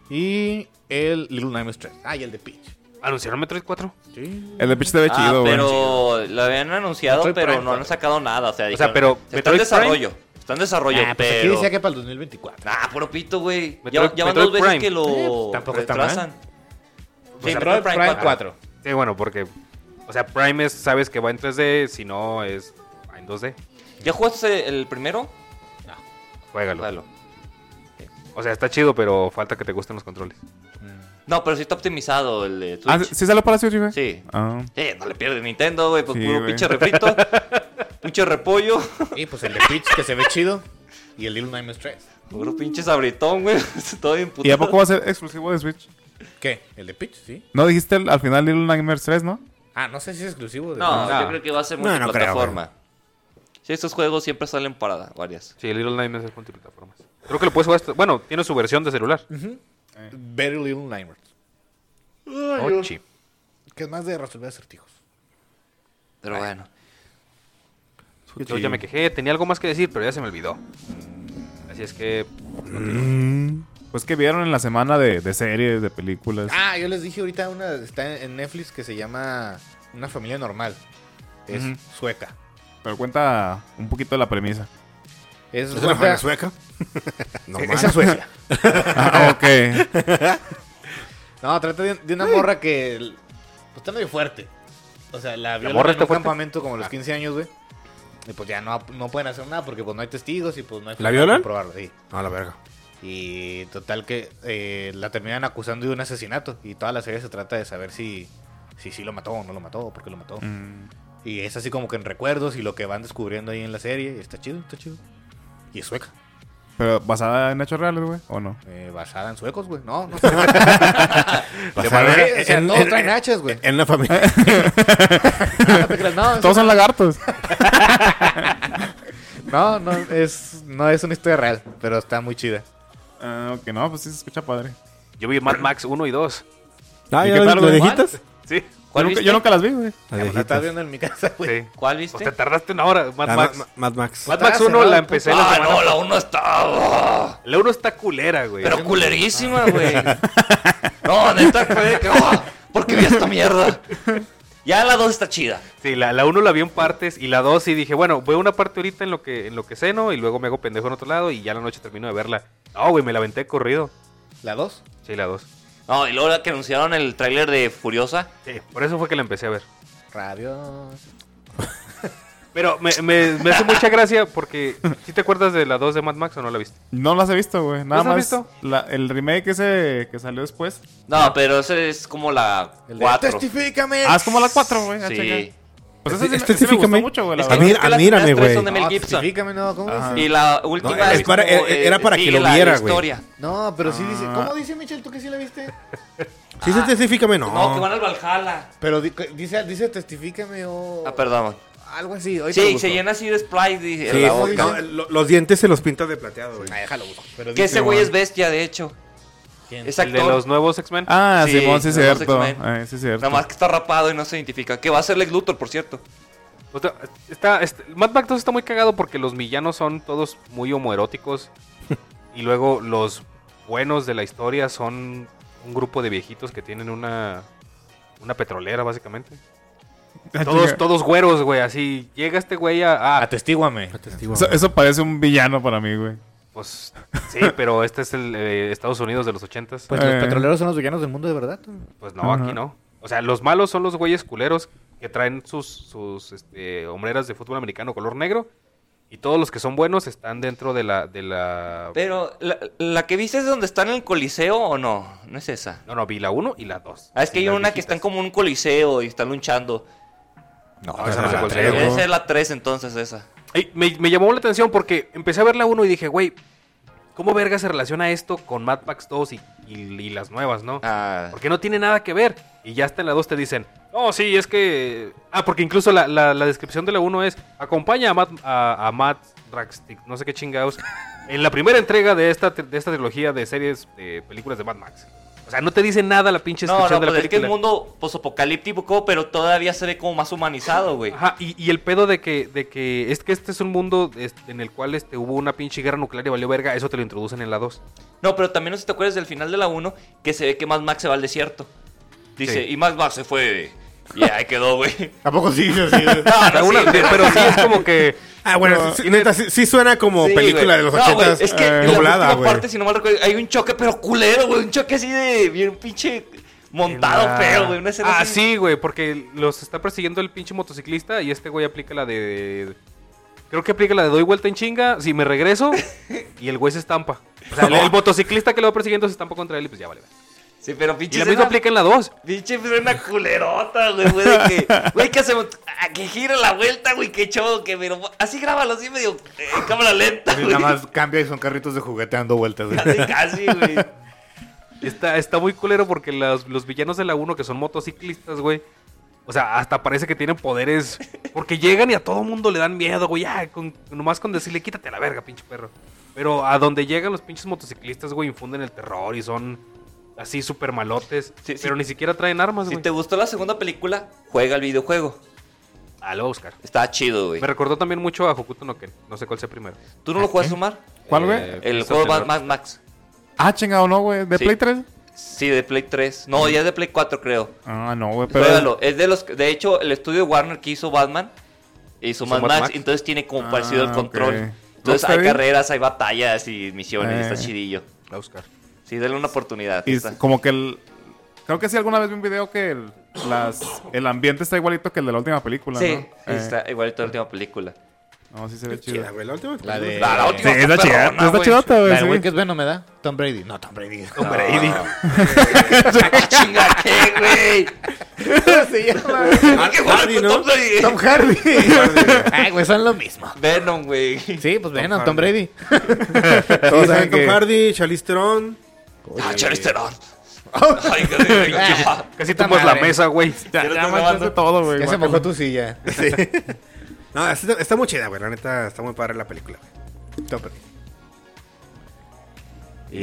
y el Little Nightmares 3. Ah, y el de Peach. ¿Anunciaron Metroid 4? Sí. El de Peach te ve Ah, chido, güey. pero lo habían anunciado, Metroid pero Prime, no han padre. sacado nada. O sea, dijeron, pero está Metroid en Prime- desarrollo. Está en desarrollo, Ah, pues aquí pero. decía que para el 2024. Ah, puro pito, güey. Metroid- Ya, ya van dos Metroid veces Prime. que lo Eh, pues, tampoco está mal. retrasan. Pues Sí, Metroid Prime 4. Sí, bueno, porque. O sea, Prime es, sabes que va en 3D, si no es en 2D. ¿Ya jugaste el primero? Juégalo. Juégalo. O sea, está chido, pero falta que te gusten los controles. No, pero sí está optimizado el de Ah, Switch. ¿Sí salió para Switch, güey? Sí. Ah. Eh, no le pierdes Nintendo, güey. Pues Sí, puro güey. pinche refrito. pinche repollo. Y pues el de Peach que se ve chido y el Little Nightmares 3. Puro pinche sabritón, güey. Todo bien puto. ¿Y a poco va a ser exclusivo de Switch? ¿Qué? ¿El de Peach? Sí. No dijiste al al final Little Nightmares 3, ¿no? Ah, no sé si es exclusivo. De No, No. yo creo que va a ser No, no creo, multiplataforma. sí, estos juegos siempre salen para varias. Sí, el Little Nightmares es multiplataformas. Creo que lo puedes jugar. hasta- Bueno, tiene su versión de celular. Very Little Nightmares. Ochi. Que es más de resolver acertijos. Pero bueno. Yo ya me quejé, tenía algo más que decir, pero ya se me olvidó. Así es que. Pues que vieron en la semana de, de series, de películas. Ah, yo les dije ahorita una está en Netflix que se llama Una familia normal. Es Ujú. sueca. Pero cuenta un poquito de la premisa. Es, ¿Es sueca- una familia sueca? no, e- es- mames. es en Suecia. Ah, ok. No, trata de, de una morra que l- pues, está medio fuerte. O sea, la violan morra en está un fuerte? campamento como a los 15 años, güey. Y pues ya no, no pueden hacer nada porque pues no hay testigos y pues no hay forma de violan? comprobarlo, sí. No, la verga. Y total que eh, la terminan acusando de un asesinato. Y toda la serie se trata de saber si si sí lo mató o no lo mató, por qué lo mató. Mm. Y es así como que en recuerdos y lo que van descubriendo ahí en la serie. Está chido, está chido. Y es sueca. Pero basada en hechos reales, güey, ¿o no? Eh, basada en suecos, güey. No, no. Vas De a manera ver, que, o sea, en- todos en- traen hachas, güey. En una Eh, familia. No, te creas, no, es Todos son lagartos. No, no es, no es una historia real, pero está muy chida. Ah, ok, no, pues sí se escucha padre. Yo vi Mad Max 1 y 2. Ah, ¿Y ¿ya qué lo- tal, lo Ah, güey? dejitas? Sí. Yo ¿Cuál nunca, viste? yo nunca las vi, güey. La Ya, pues, La estás dejitas. viendo en mi casa, güey. sí. ¿Cuál Pues viste? te tardaste una hora, Mad La Max. Ma- Ah, Mad Max. Mad Max Estaba 1 cerrado la el empecé la Ah, semana. no, la uno está. ah, La 1 está culera, güey. Pero culerísima, güey. No, neta fue de que. ah, ¿Por qué vi esta mierda? Ya la dos está chida. Sí, la, la 1 la vi en partes y la 2 y dije, bueno, veo una parte ahorita en lo que en lo que ceno y luego me hago pendejo en otro lado y ya la noche termino de verla. No, güey, me la aventé corrido. ¿La 2? Sí, la 2. No, y luego la que anunciaron el tráiler de Furiosa. Sí, por eso fue que la empecé a ver. Radio. Pero me, me- me hace mucha gracia porque ¿sí te acuerdas de la 2 de Mad Max o no la viste? No las he visto, güey. ¿No Nada las más. has visto? la- el remake ese que salió después. No, pero esa es como la El de- 4. ¡Testifícame! Ah, es como la 4, güey. ah, Sí. chinga. Pues esa sí, me- sí me gustó Testifícame. mucho, güey. la Es que verdad. creo que las admírame, primeras tres güey. son de Mel no, Gibson. testifícame, no, ¿cómo Ajá. dice? Y la última No, es para- como, eh, era para que sigue lo la- la viera, güey. historia. No, pero sí dice. Ah. ¿Cómo dice Michelle tú que sí la viste? Sí, se testifícame, no. No, que van al Valhalla. Pero di- dice, dice testifícame o. Ah, perdón. Algo así. Oh. ahorita lo Sí, busco. se llena así de Sprite. y- Sí, la no, boca. boca. lo- los dientes se los pinta de plateado, güey. Ah, déjalo busco. Pero Que dice- ese güey es bestia, de hecho. ¿Quién? Es El de actor. los nuevos X-Men. Ah, Sí, Simón, sí es los cierto. X-Men. Eh, sí es cierto. Nada más que está rapado y no se identifica. Que va a ser Lex Luthor, por cierto. O sea, está, está- Mad Max 2 está muy cagado porque los villanos son todos muy homoeróticos. y luego los buenos de la historia son un grupo de viejitos que tienen una, una petrolera, básicamente. Ah, Todos, chinga. todos güeros, güey. Así llega este güey a. ah, Atestíguame. Eso, eso parece un villano para mí, güey. pues sí, pero este es el eh, Estados Unidos de los ochentas. Pues Eh. los petroleros son los villanos del mundo de verdad. Pues no, aquí no. O sea, los malos son los güeyes culeros que traen sus, sus este, hombreras de fútbol americano color negro Y todos los que son buenos están dentro de la... De la... Pero, ¿la, la que viste es donde están en el coliseo o no? No es esa. No, no, vi la 1 y la 2. Ah, es que hay una que está en como un coliseo y están luchando. No, esa esa no no se Ah, la traigo. considera. Debe ser la 3 entonces esa. Ey, me, me llamó la atención porque empecé a ver la 1 y dije, güey, ¿cómo verga se relaciona esto con Mad Max 2 y, y- y las nuevas, no? Ah, Porque no tiene nada que ver. Y ya hasta en la 2 te dicen, no, sí, es que... Ah, porque incluso la, la- la descripción de la 1 es, acompaña a Matt, a, a Matt Rackstick, no sé qué chingados, en la primera entrega de esta, tri- de esta trilogía de series, de películas de Mad Max. O sea, no te dice nada la pinche no, descripción no, de la pues es que película. es mundo posapocalíptico, pero todavía se ve como más humanizado, güey. Ajá, y, y el pedo de que, de que es que este es un mundo este, en el cual este, hubo una pinche guerra nuclear y valió verga, eso te lo introducen en la 2. No, pero también no sé si te acuerdas del final de la 1 que se ve que más Max se va al desierto. Dice, Sí. y más Max se fue. Y ahí quedó, güey. Tampoco sí, sí, sí. No, no, Ah, sí, pero, pero sí es como que Ah, bueno, No. sí, neta, sí, sí suena como Sí, película güey. de los No, güey, ochentas. Es que eh, en la doblada, última güey. parte, si no mal recuerdo, hay un choque, pero culero, güey. Un choque así de bien pinche montado Ah. feo, güey. Una escena Ah, así. sí, güey, porque los está persiguiendo el pinche motociclista y este güey aplica la de... Creo que aplica la de doy vuelta en chinga, si me regreso y el güey se estampa. O sea, el, el motociclista que lo va persiguiendo se estampa contra él y pues ya vale. verga. Sí, pero Y pinche la misma escena- aplica en la 2. Pinche una culerota, güey, güey, de que, güey, que hacemos, ah, que gira la vuelta, güey, que choque, pero así grábalo, así medio, eh, cámara lenta, Sí, güey, Nada más cambia y son carritos de juguete dando vueltas. güey. casi, casi, güey, Está, está muy culero porque las- los villanos de la 1 que son motociclistas, güey. O sea, hasta parece que tienen poderes. Porque llegan y a todo mundo le dan miedo, güey. Ya, con, nomás con decirle, quítate a la verga, pinche perro. Pero a donde llegan los pinches motociclistas, güey, infunden el terror y son así súper malotes. Sí, sí. pero ni siquiera traen armas, si güey. te gustó la segunda película, juega el videojuego, Ah, lo voy a buscar. está chido, güey, Me recordó también mucho a Hokuto no Ken. No sé cuál sea primero. ¿tú no lo juegas, Omar? ¿Cuál, güey? Eh, El Beast juego of Mad Terror. Mad Max, Ah, chingado, no, güey. ¿De Sí. Play 3? sí, de Play 3, no, ya es de Play 4, creo, Ah, no, güey. Pero. juégalo, es de los, de hecho, el estudio Warner que hizo Batman, hizo Mad Max, Mad Max? entonces tiene como parecido el Ah, control, ok. entonces hay ¿Rocksteady? carreras, hay batallas y misiones, Eh. está chidillo. Lo voy a buscar. Sí, denle una oportunidad. Y está. como que el. Creo que sí, alguna vez vi un video que el, las, el ambiente está igualito que el de la última película. Sí, ¿no? Eh, sí, está igualito la última película. Eh, No, sí se ve chido. Chida, güey, la última La de- La, la Sí, última es la está chida, perrona, está güey. chidota, La güey. del sí. güey que es Venom, me da Tom Brady. No, Tom Brady. Tom Brady. Ah, chinga, ¿qué, güey? ¿Cómo se llama? Hay que jugar Hardy, con ¿no? Ah, Tom Brady. Tom Hardy. Ay, güey, son lo mismo. Venom, güey. Sí, pues Venom, Tom Brady. Todos saben que- Tom Hardy, Charlize Theron. Ah, Charlize Theron. Ay, qué rico. Ah, Casi puta tumbas la madre. mesa, güey. Ya, Ya lo ya estoy manchaste grabando. todo, güey. Ya se guácala. mojó tu silla. No, está, está muy chida, güey, la neta, está muy padre la película. güey. Tom Brady.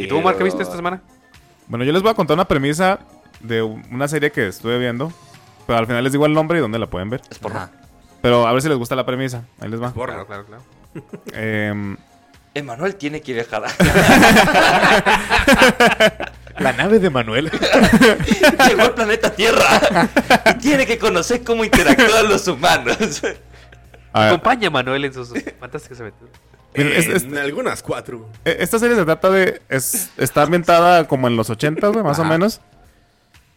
¿Y tú, Omar, qué viste esta semana? Bueno, yo les voy a contar una premisa de una serie que estuve viendo. Pero al final les digo el nombre y dónde la pueden ver. Es por Pero a ver si les gusta la premisa. Ahí les va. Claro, claro, claro. Em, Emanuel tiene que viajar. La nave de Manuel. Llegó al planeta Tierra. Y tiene que conocer cómo interactúan los humanos. a ver, Acompaña a Manuel en sus fantásticas aventuras. Mira, es- Eh, es- en algunas cuatro. e- esta serie se trata de. es- está ambientada como en los 80, güey, más o menos.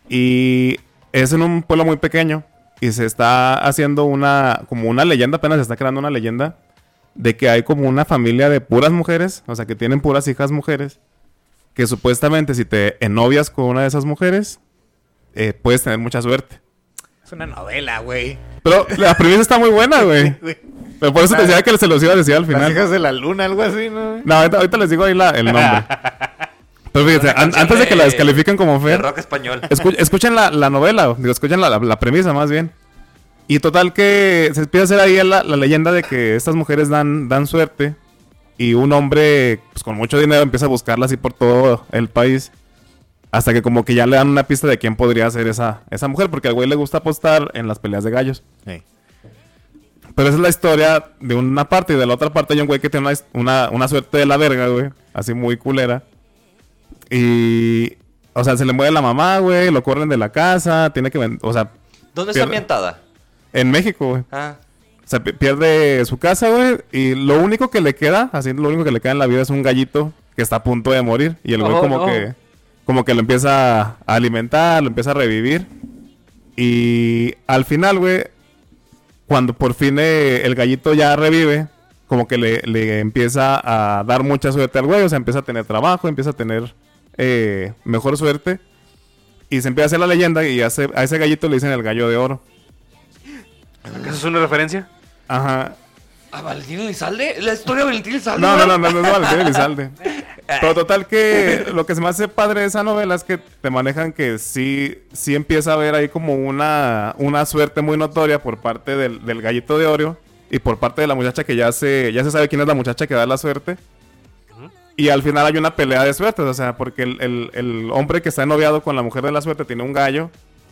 Y es en un pueblo muy pequeño. Y se está haciendo una. Como una leyenda, apenas se está creando una leyenda. De que hay como una familia de puras mujeres. O sea, que tienen puras hijas mujeres. Que supuestamente si te ennovias con una de esas mujeres. eh, puedes tener mucha suerte. Es una novela, güey. Pero la premisa está muy buena, güey. Pero por eso te decía que se los iba a decir al Ah. Las final. hijas de la luna, algo así, ¿no? No, ahorita, ahorita les digo ahí la- el nombre. Pero fíjense, an- antes de que la descalifiquen como De fea, rock español. escu- escuchen la, la novela, digo, escuchen la, la- la premisa más bien. Y total que se empieza a hacer ahí la, la leyenda de que estas mujeres dan, dan suerte y un hombre pues, con mucho dinero empieza a buscarla así por todo el país. Hasta que como que ya le dan una pista de quién podría ser esa, esa mujer, porque al güey le gusta apostar en las peleas de gallos. Sí. Pero esa es la historia de una parte y de la otra parte hay un güey que tiene una, una, una suerte de la verga, güey. Así muy culera. Y... O sea, se le muere la mamá, güey, lo corren de la casa, tiene que... ven- O sea, ¿Dónde está Pierde. ambientada? en México, güey. Ah, O sea, pi- pierde su casa, güey. Y lo único que le queda, así, lo único que le queda en la vida es un gallito que está a punto de morir. Y el güey Oh, como no. que... Como que lo empieza a alimentar, lo empieza a revivir. Y al final, güey, cuando por fin eh, el gallito ya revive, como que le, le empieza a dar mucha suerte al güey, o sea, empieza a tener trabajo, empieza a tener eh, mejor suerte. Y se empieza a hacer la leyenda y hace, a ese gallito le dicen el gallo de oro. ¿Acaso es una referencia? Ajá. pues. ¿A Valentino Elizalde? ¿La historia de Valentino Elizalde? No, no, güey? no, no, no es Valentín Elizalde. Pero total que lo que se me hace padre de esa novela es que te manejan que sí, sí empieza a haber ahí como una, una suerte muy notoria por parte del, del gallito de Oreo y por parte de la muchacha que ya se, ya se sabe quién es la muchacha que da la suerte. Y al final hay una pelea de suertes, o sea, porque el, el- el hombre que está noviado con la mujer de la suerte tiene un gallo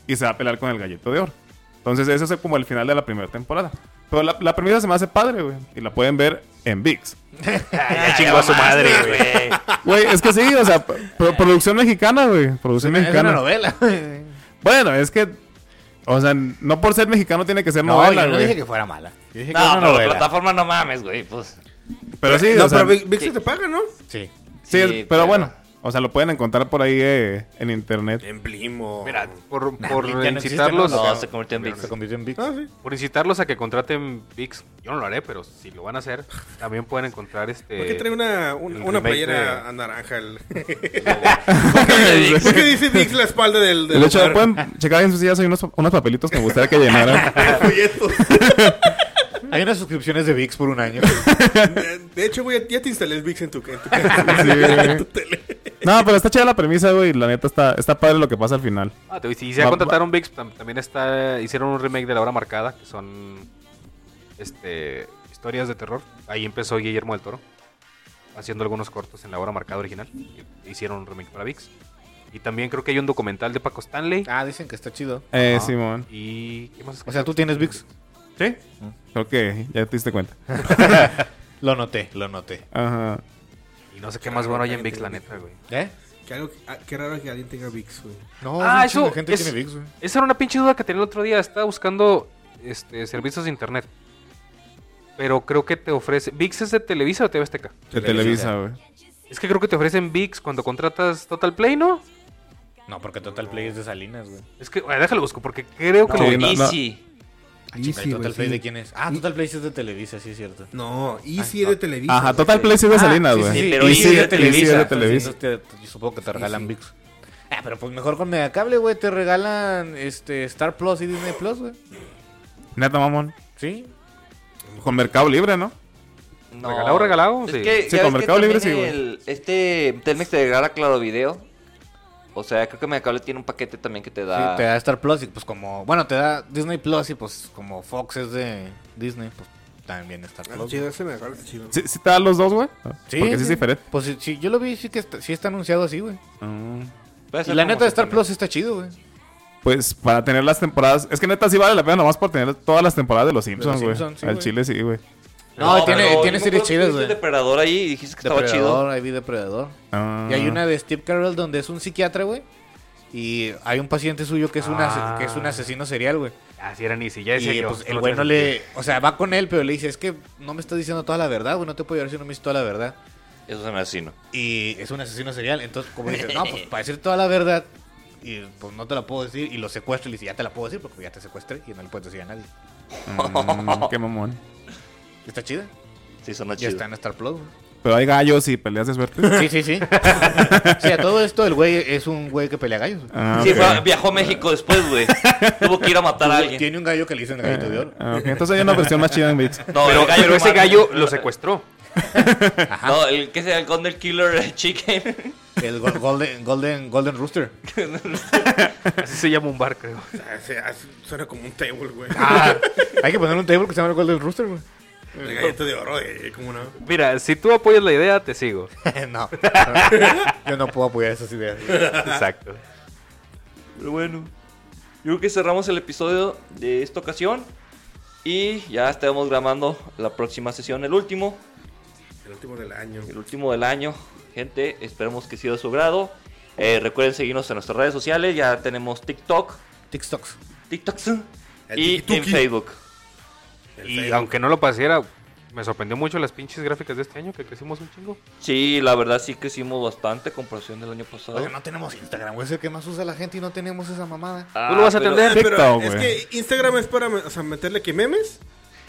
y se va a pelear con el gallito de oro. Entonces, eso es como el final de la primera temporada. Pero la, la premisa se me hace padre, güey. Y la pueden ver en VIX. Ah, Ah, Ya chingó a su madre, güey. Güey, es que sí, o sea, pro- producción mexicana, güey. Producción Es una mexicana. novela. Bueno, es que. O sea, no por ser mexicano tiene que ser No, novela, yo no güey. dije que fuera mala. Yo dije que era No, una pero la novela. plataforma no mames, güey. Pues, Pero sí, no, o sea, pero Vic- Vix sí te paga, ¿no? Sí. sí, sí, pero pero- bueno. O sea, lo pueden encontrar por ahí eh, en internet. En Blimo. Mira, por, Nah, por ya no existe, incitarlos, no, se convirtió en Vix. Se convirtió en Vix. Ah, sí. por incitarlos a que contraten VIX, yo no lo haré, pero si lo van a hacer, también pueden encontrar este. ¿Por qué trae una, un- el una remake playera de- a naranja? El... ¿Por qué dice Vix la espalda del... del De hecho, lugar? pueden checar en sus sillas hay unos, unos papelitos que me gustaría que llenaran. Folletos. Hay unas suscripciones de VIX por un año. De- De hecho, güey, ya te instalé el Vix en tu, en tu casa. Sí, güey. en tu tele. No, pero está chida la premisa, güey. La neta está, está padre lo que pasa al final. Ah, te- y si ya Va- contrataron VIX, tam- también está, hicieron un remake de La Hora Marcada, que son este historias de terror. Ahí empezó Guillermo del Toro, haciendo algunos cortos en La Hora Marcada original. y- Hicieron un remake para VIX. Y también creo que hay un documental de Paco Stanley. Ah, dicen que está chido. Eh, Ajá. Simón. Y... ¿Qué más? O sea, tú tienes VIX. ¿Sí? Creo que ya te diste cuenta. Lo noté, lo noté. Ajá. Y no sé qué más bueno hay en VIX, la neta, güey. ¿Eh? Qué, algo- ah, qué raro que alguien tenga Vix, güey. No, Ah, un eso chingo de gente es- tiene VIX, güey. Esa era una pinche duda que tenía el otro día. Estaba buscando este, servicios de internet. Pero creo que te ofrece... ¿VIX es de Televisa o TV Azteca? De Televisa, güey. Es que creo que te ofrecen VIX cuando contratas Total Play, ¿no? No, porque Total Play es de Salinas, güey. Es que, bueno, déjalo busco, porque creo que... lo- Sí, no, no. Easy. Ah, chinga, ¿y Easy, ¿Total güey, Play sí. de quién es? Ah, Total Play sí es de Televisa, sí es cierto. No, y si no. es de Televisa. Ajá, güey. Total Play sí es de Ah, Salinas, sí, güey. sí, Y pero Easy es de y sí es de Televisa. Televisa. Ah, pues Entonces, te- te- supongo que te regalan sí. VIX. Ah, pero pues mejor con Megacable, güey, te regalan este Star Plus y Disney Plus, güey. Neta, mamón. Sí. Con Mercado Libre, ¿no? No. Regalado, regalado, Es sí. que, Sí, ya con ves que Mercado Libre también sí, güey. el- Este Telmex te regala Claro Video. O sea, creo que Mercable tiene un paquete también que te da. Sí, te da Star Plus y pues como, bueno, te da Disney Plus y pues como Fox es de Disney, pues también Star Ah, Plus. chido, ese me agarra chido. ¿Sí, sí te dan los dos, güey? Porque sí es diferente. Pues sí, sí, yo lo vi, sí que está, sí está anunciado así, güey. Ah. Puede Y ser la como neta de Star Star Plus está chido, güey. Pues para tener las temporadas. Es que neta sí vale la pena nomás por tener todas las temporadas de los Simpsons, güey. Simpsons, sí, Al güey. chile sí, güey. No, pero tiene, yo me tiene acuerdo series que chidas, tuviste güey. Depredador ahí y dijiste que estaba Depredador, chido. ahí vi Depredador. Ah. Y hay una de Steve Carell donde es un psiquiatra, güey. Y hay un paciente suyo que es, un, ase- Ah. que es un asesino serial, güey. Así era Nisi, ya decía Y yo, pues no el güey tiene no sentido. le... O sea, va con él, pero le dice, es que no me estás diciendo toda la verdad, güey. No te puedo ayudar si no me dices toda la verdad. Eso se me hace así, ¿no? Y es un asesino serial. Entonces, como dice, no, pues para decir toda la verdad, y pues no te la puedo decir. Y lo secuestra y le dice, ya te la puedo decir porque ya te secuestré y no le puedes decir a nadie. Mm, qué mamón. Está chida. Sí, suena Ya chido. está en Star Plus. güey. Pero hay gallos y peleas de suerte. Sí, sí, sí. o sea, todo esto, el güey es un güey que pelea gallos. güey. Ah, Sí, ok. fue- viajó a México después, güey. Tuvo que ir a matar a alguien. Tiene un gallo que le dicen el gallito de oro. Ah, ok. Entonces hay una versión más chida en Beats. No, Pero, el gallo pero ese humano. gallo lo secuestró. No, el que es el Golden Killer Chicken. El go- golden, golden, golden Rooster. Así se llama un bar, creo. O sea, se hace- suena como un table, güey. Hay que poner un table que se llama el Golden Rooster, güey. Ah, El gallito de oro, eh, como una. Mira, si tú apoyas la idea, te sigo. no. Yo no puedo apoyar esas ideas. Exacto. Pero bueno, yo creo que cerramos el episodio de esta ocasión. Y ya estaremos grabando la próxima sesión, el último, El último del año. el último del año. Gente, esperemos que sea de su grado. Eh, recuerden seguirnos en nuestras redes sociales. Ya tenemos TikTok, TikToks. TikTok El y en tiki-tuki. Facebook. El Y Facebook. aunque no lo pareciera, me sorprendió mucho las pinches gráficas de este año, que crecimos un chingo. Sí, la verdad sí crecimos bastante comparación del año pasado. no tenemos Instagram, güey. Es el que más usa la gente y no tenemos esa mamada. Ah, Tú lo vas a pero- atender. Pero TikTok, es güey. que Instagram es para o sea, meterle que memes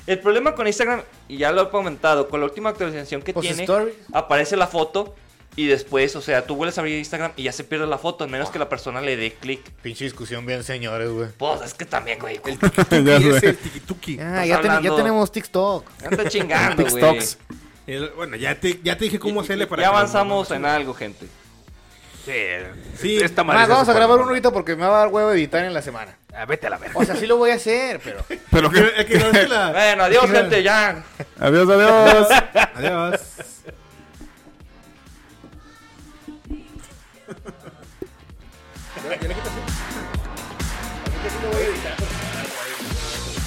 El problema con Instagram, y ya lo he comentado, con la última actualización que Pues, tiene, stories. aparece la foto y después, o sea, tú vuelves a abrir Instagram y ya se pierde la foto, a menos que la persona le dé clic. Pinche discusión bien, señores, güey. Pues es que también, güey. ¿cómo Ya Y es sé. el tiquituki. Ah, ya, Estás ten- ya hablando- tenemos TikTok. Anda chingando, güey. TikToks. El- bueno, ya te, ya te dije cómo hacerle para Ya que- avanzamos en algo, gente. Sí. Esta madre Más, se vamos a supone- grabar uno ahorita porque me va a dar huevo editar en la semana. Ah, vete a la verga. O sea, sí lo voy a hacer, pero. Pero que... eh, Es que no es que la- Bueno, adiós, gente, ya. Adiós, adiós. Adiós. Sí lo voy a editar.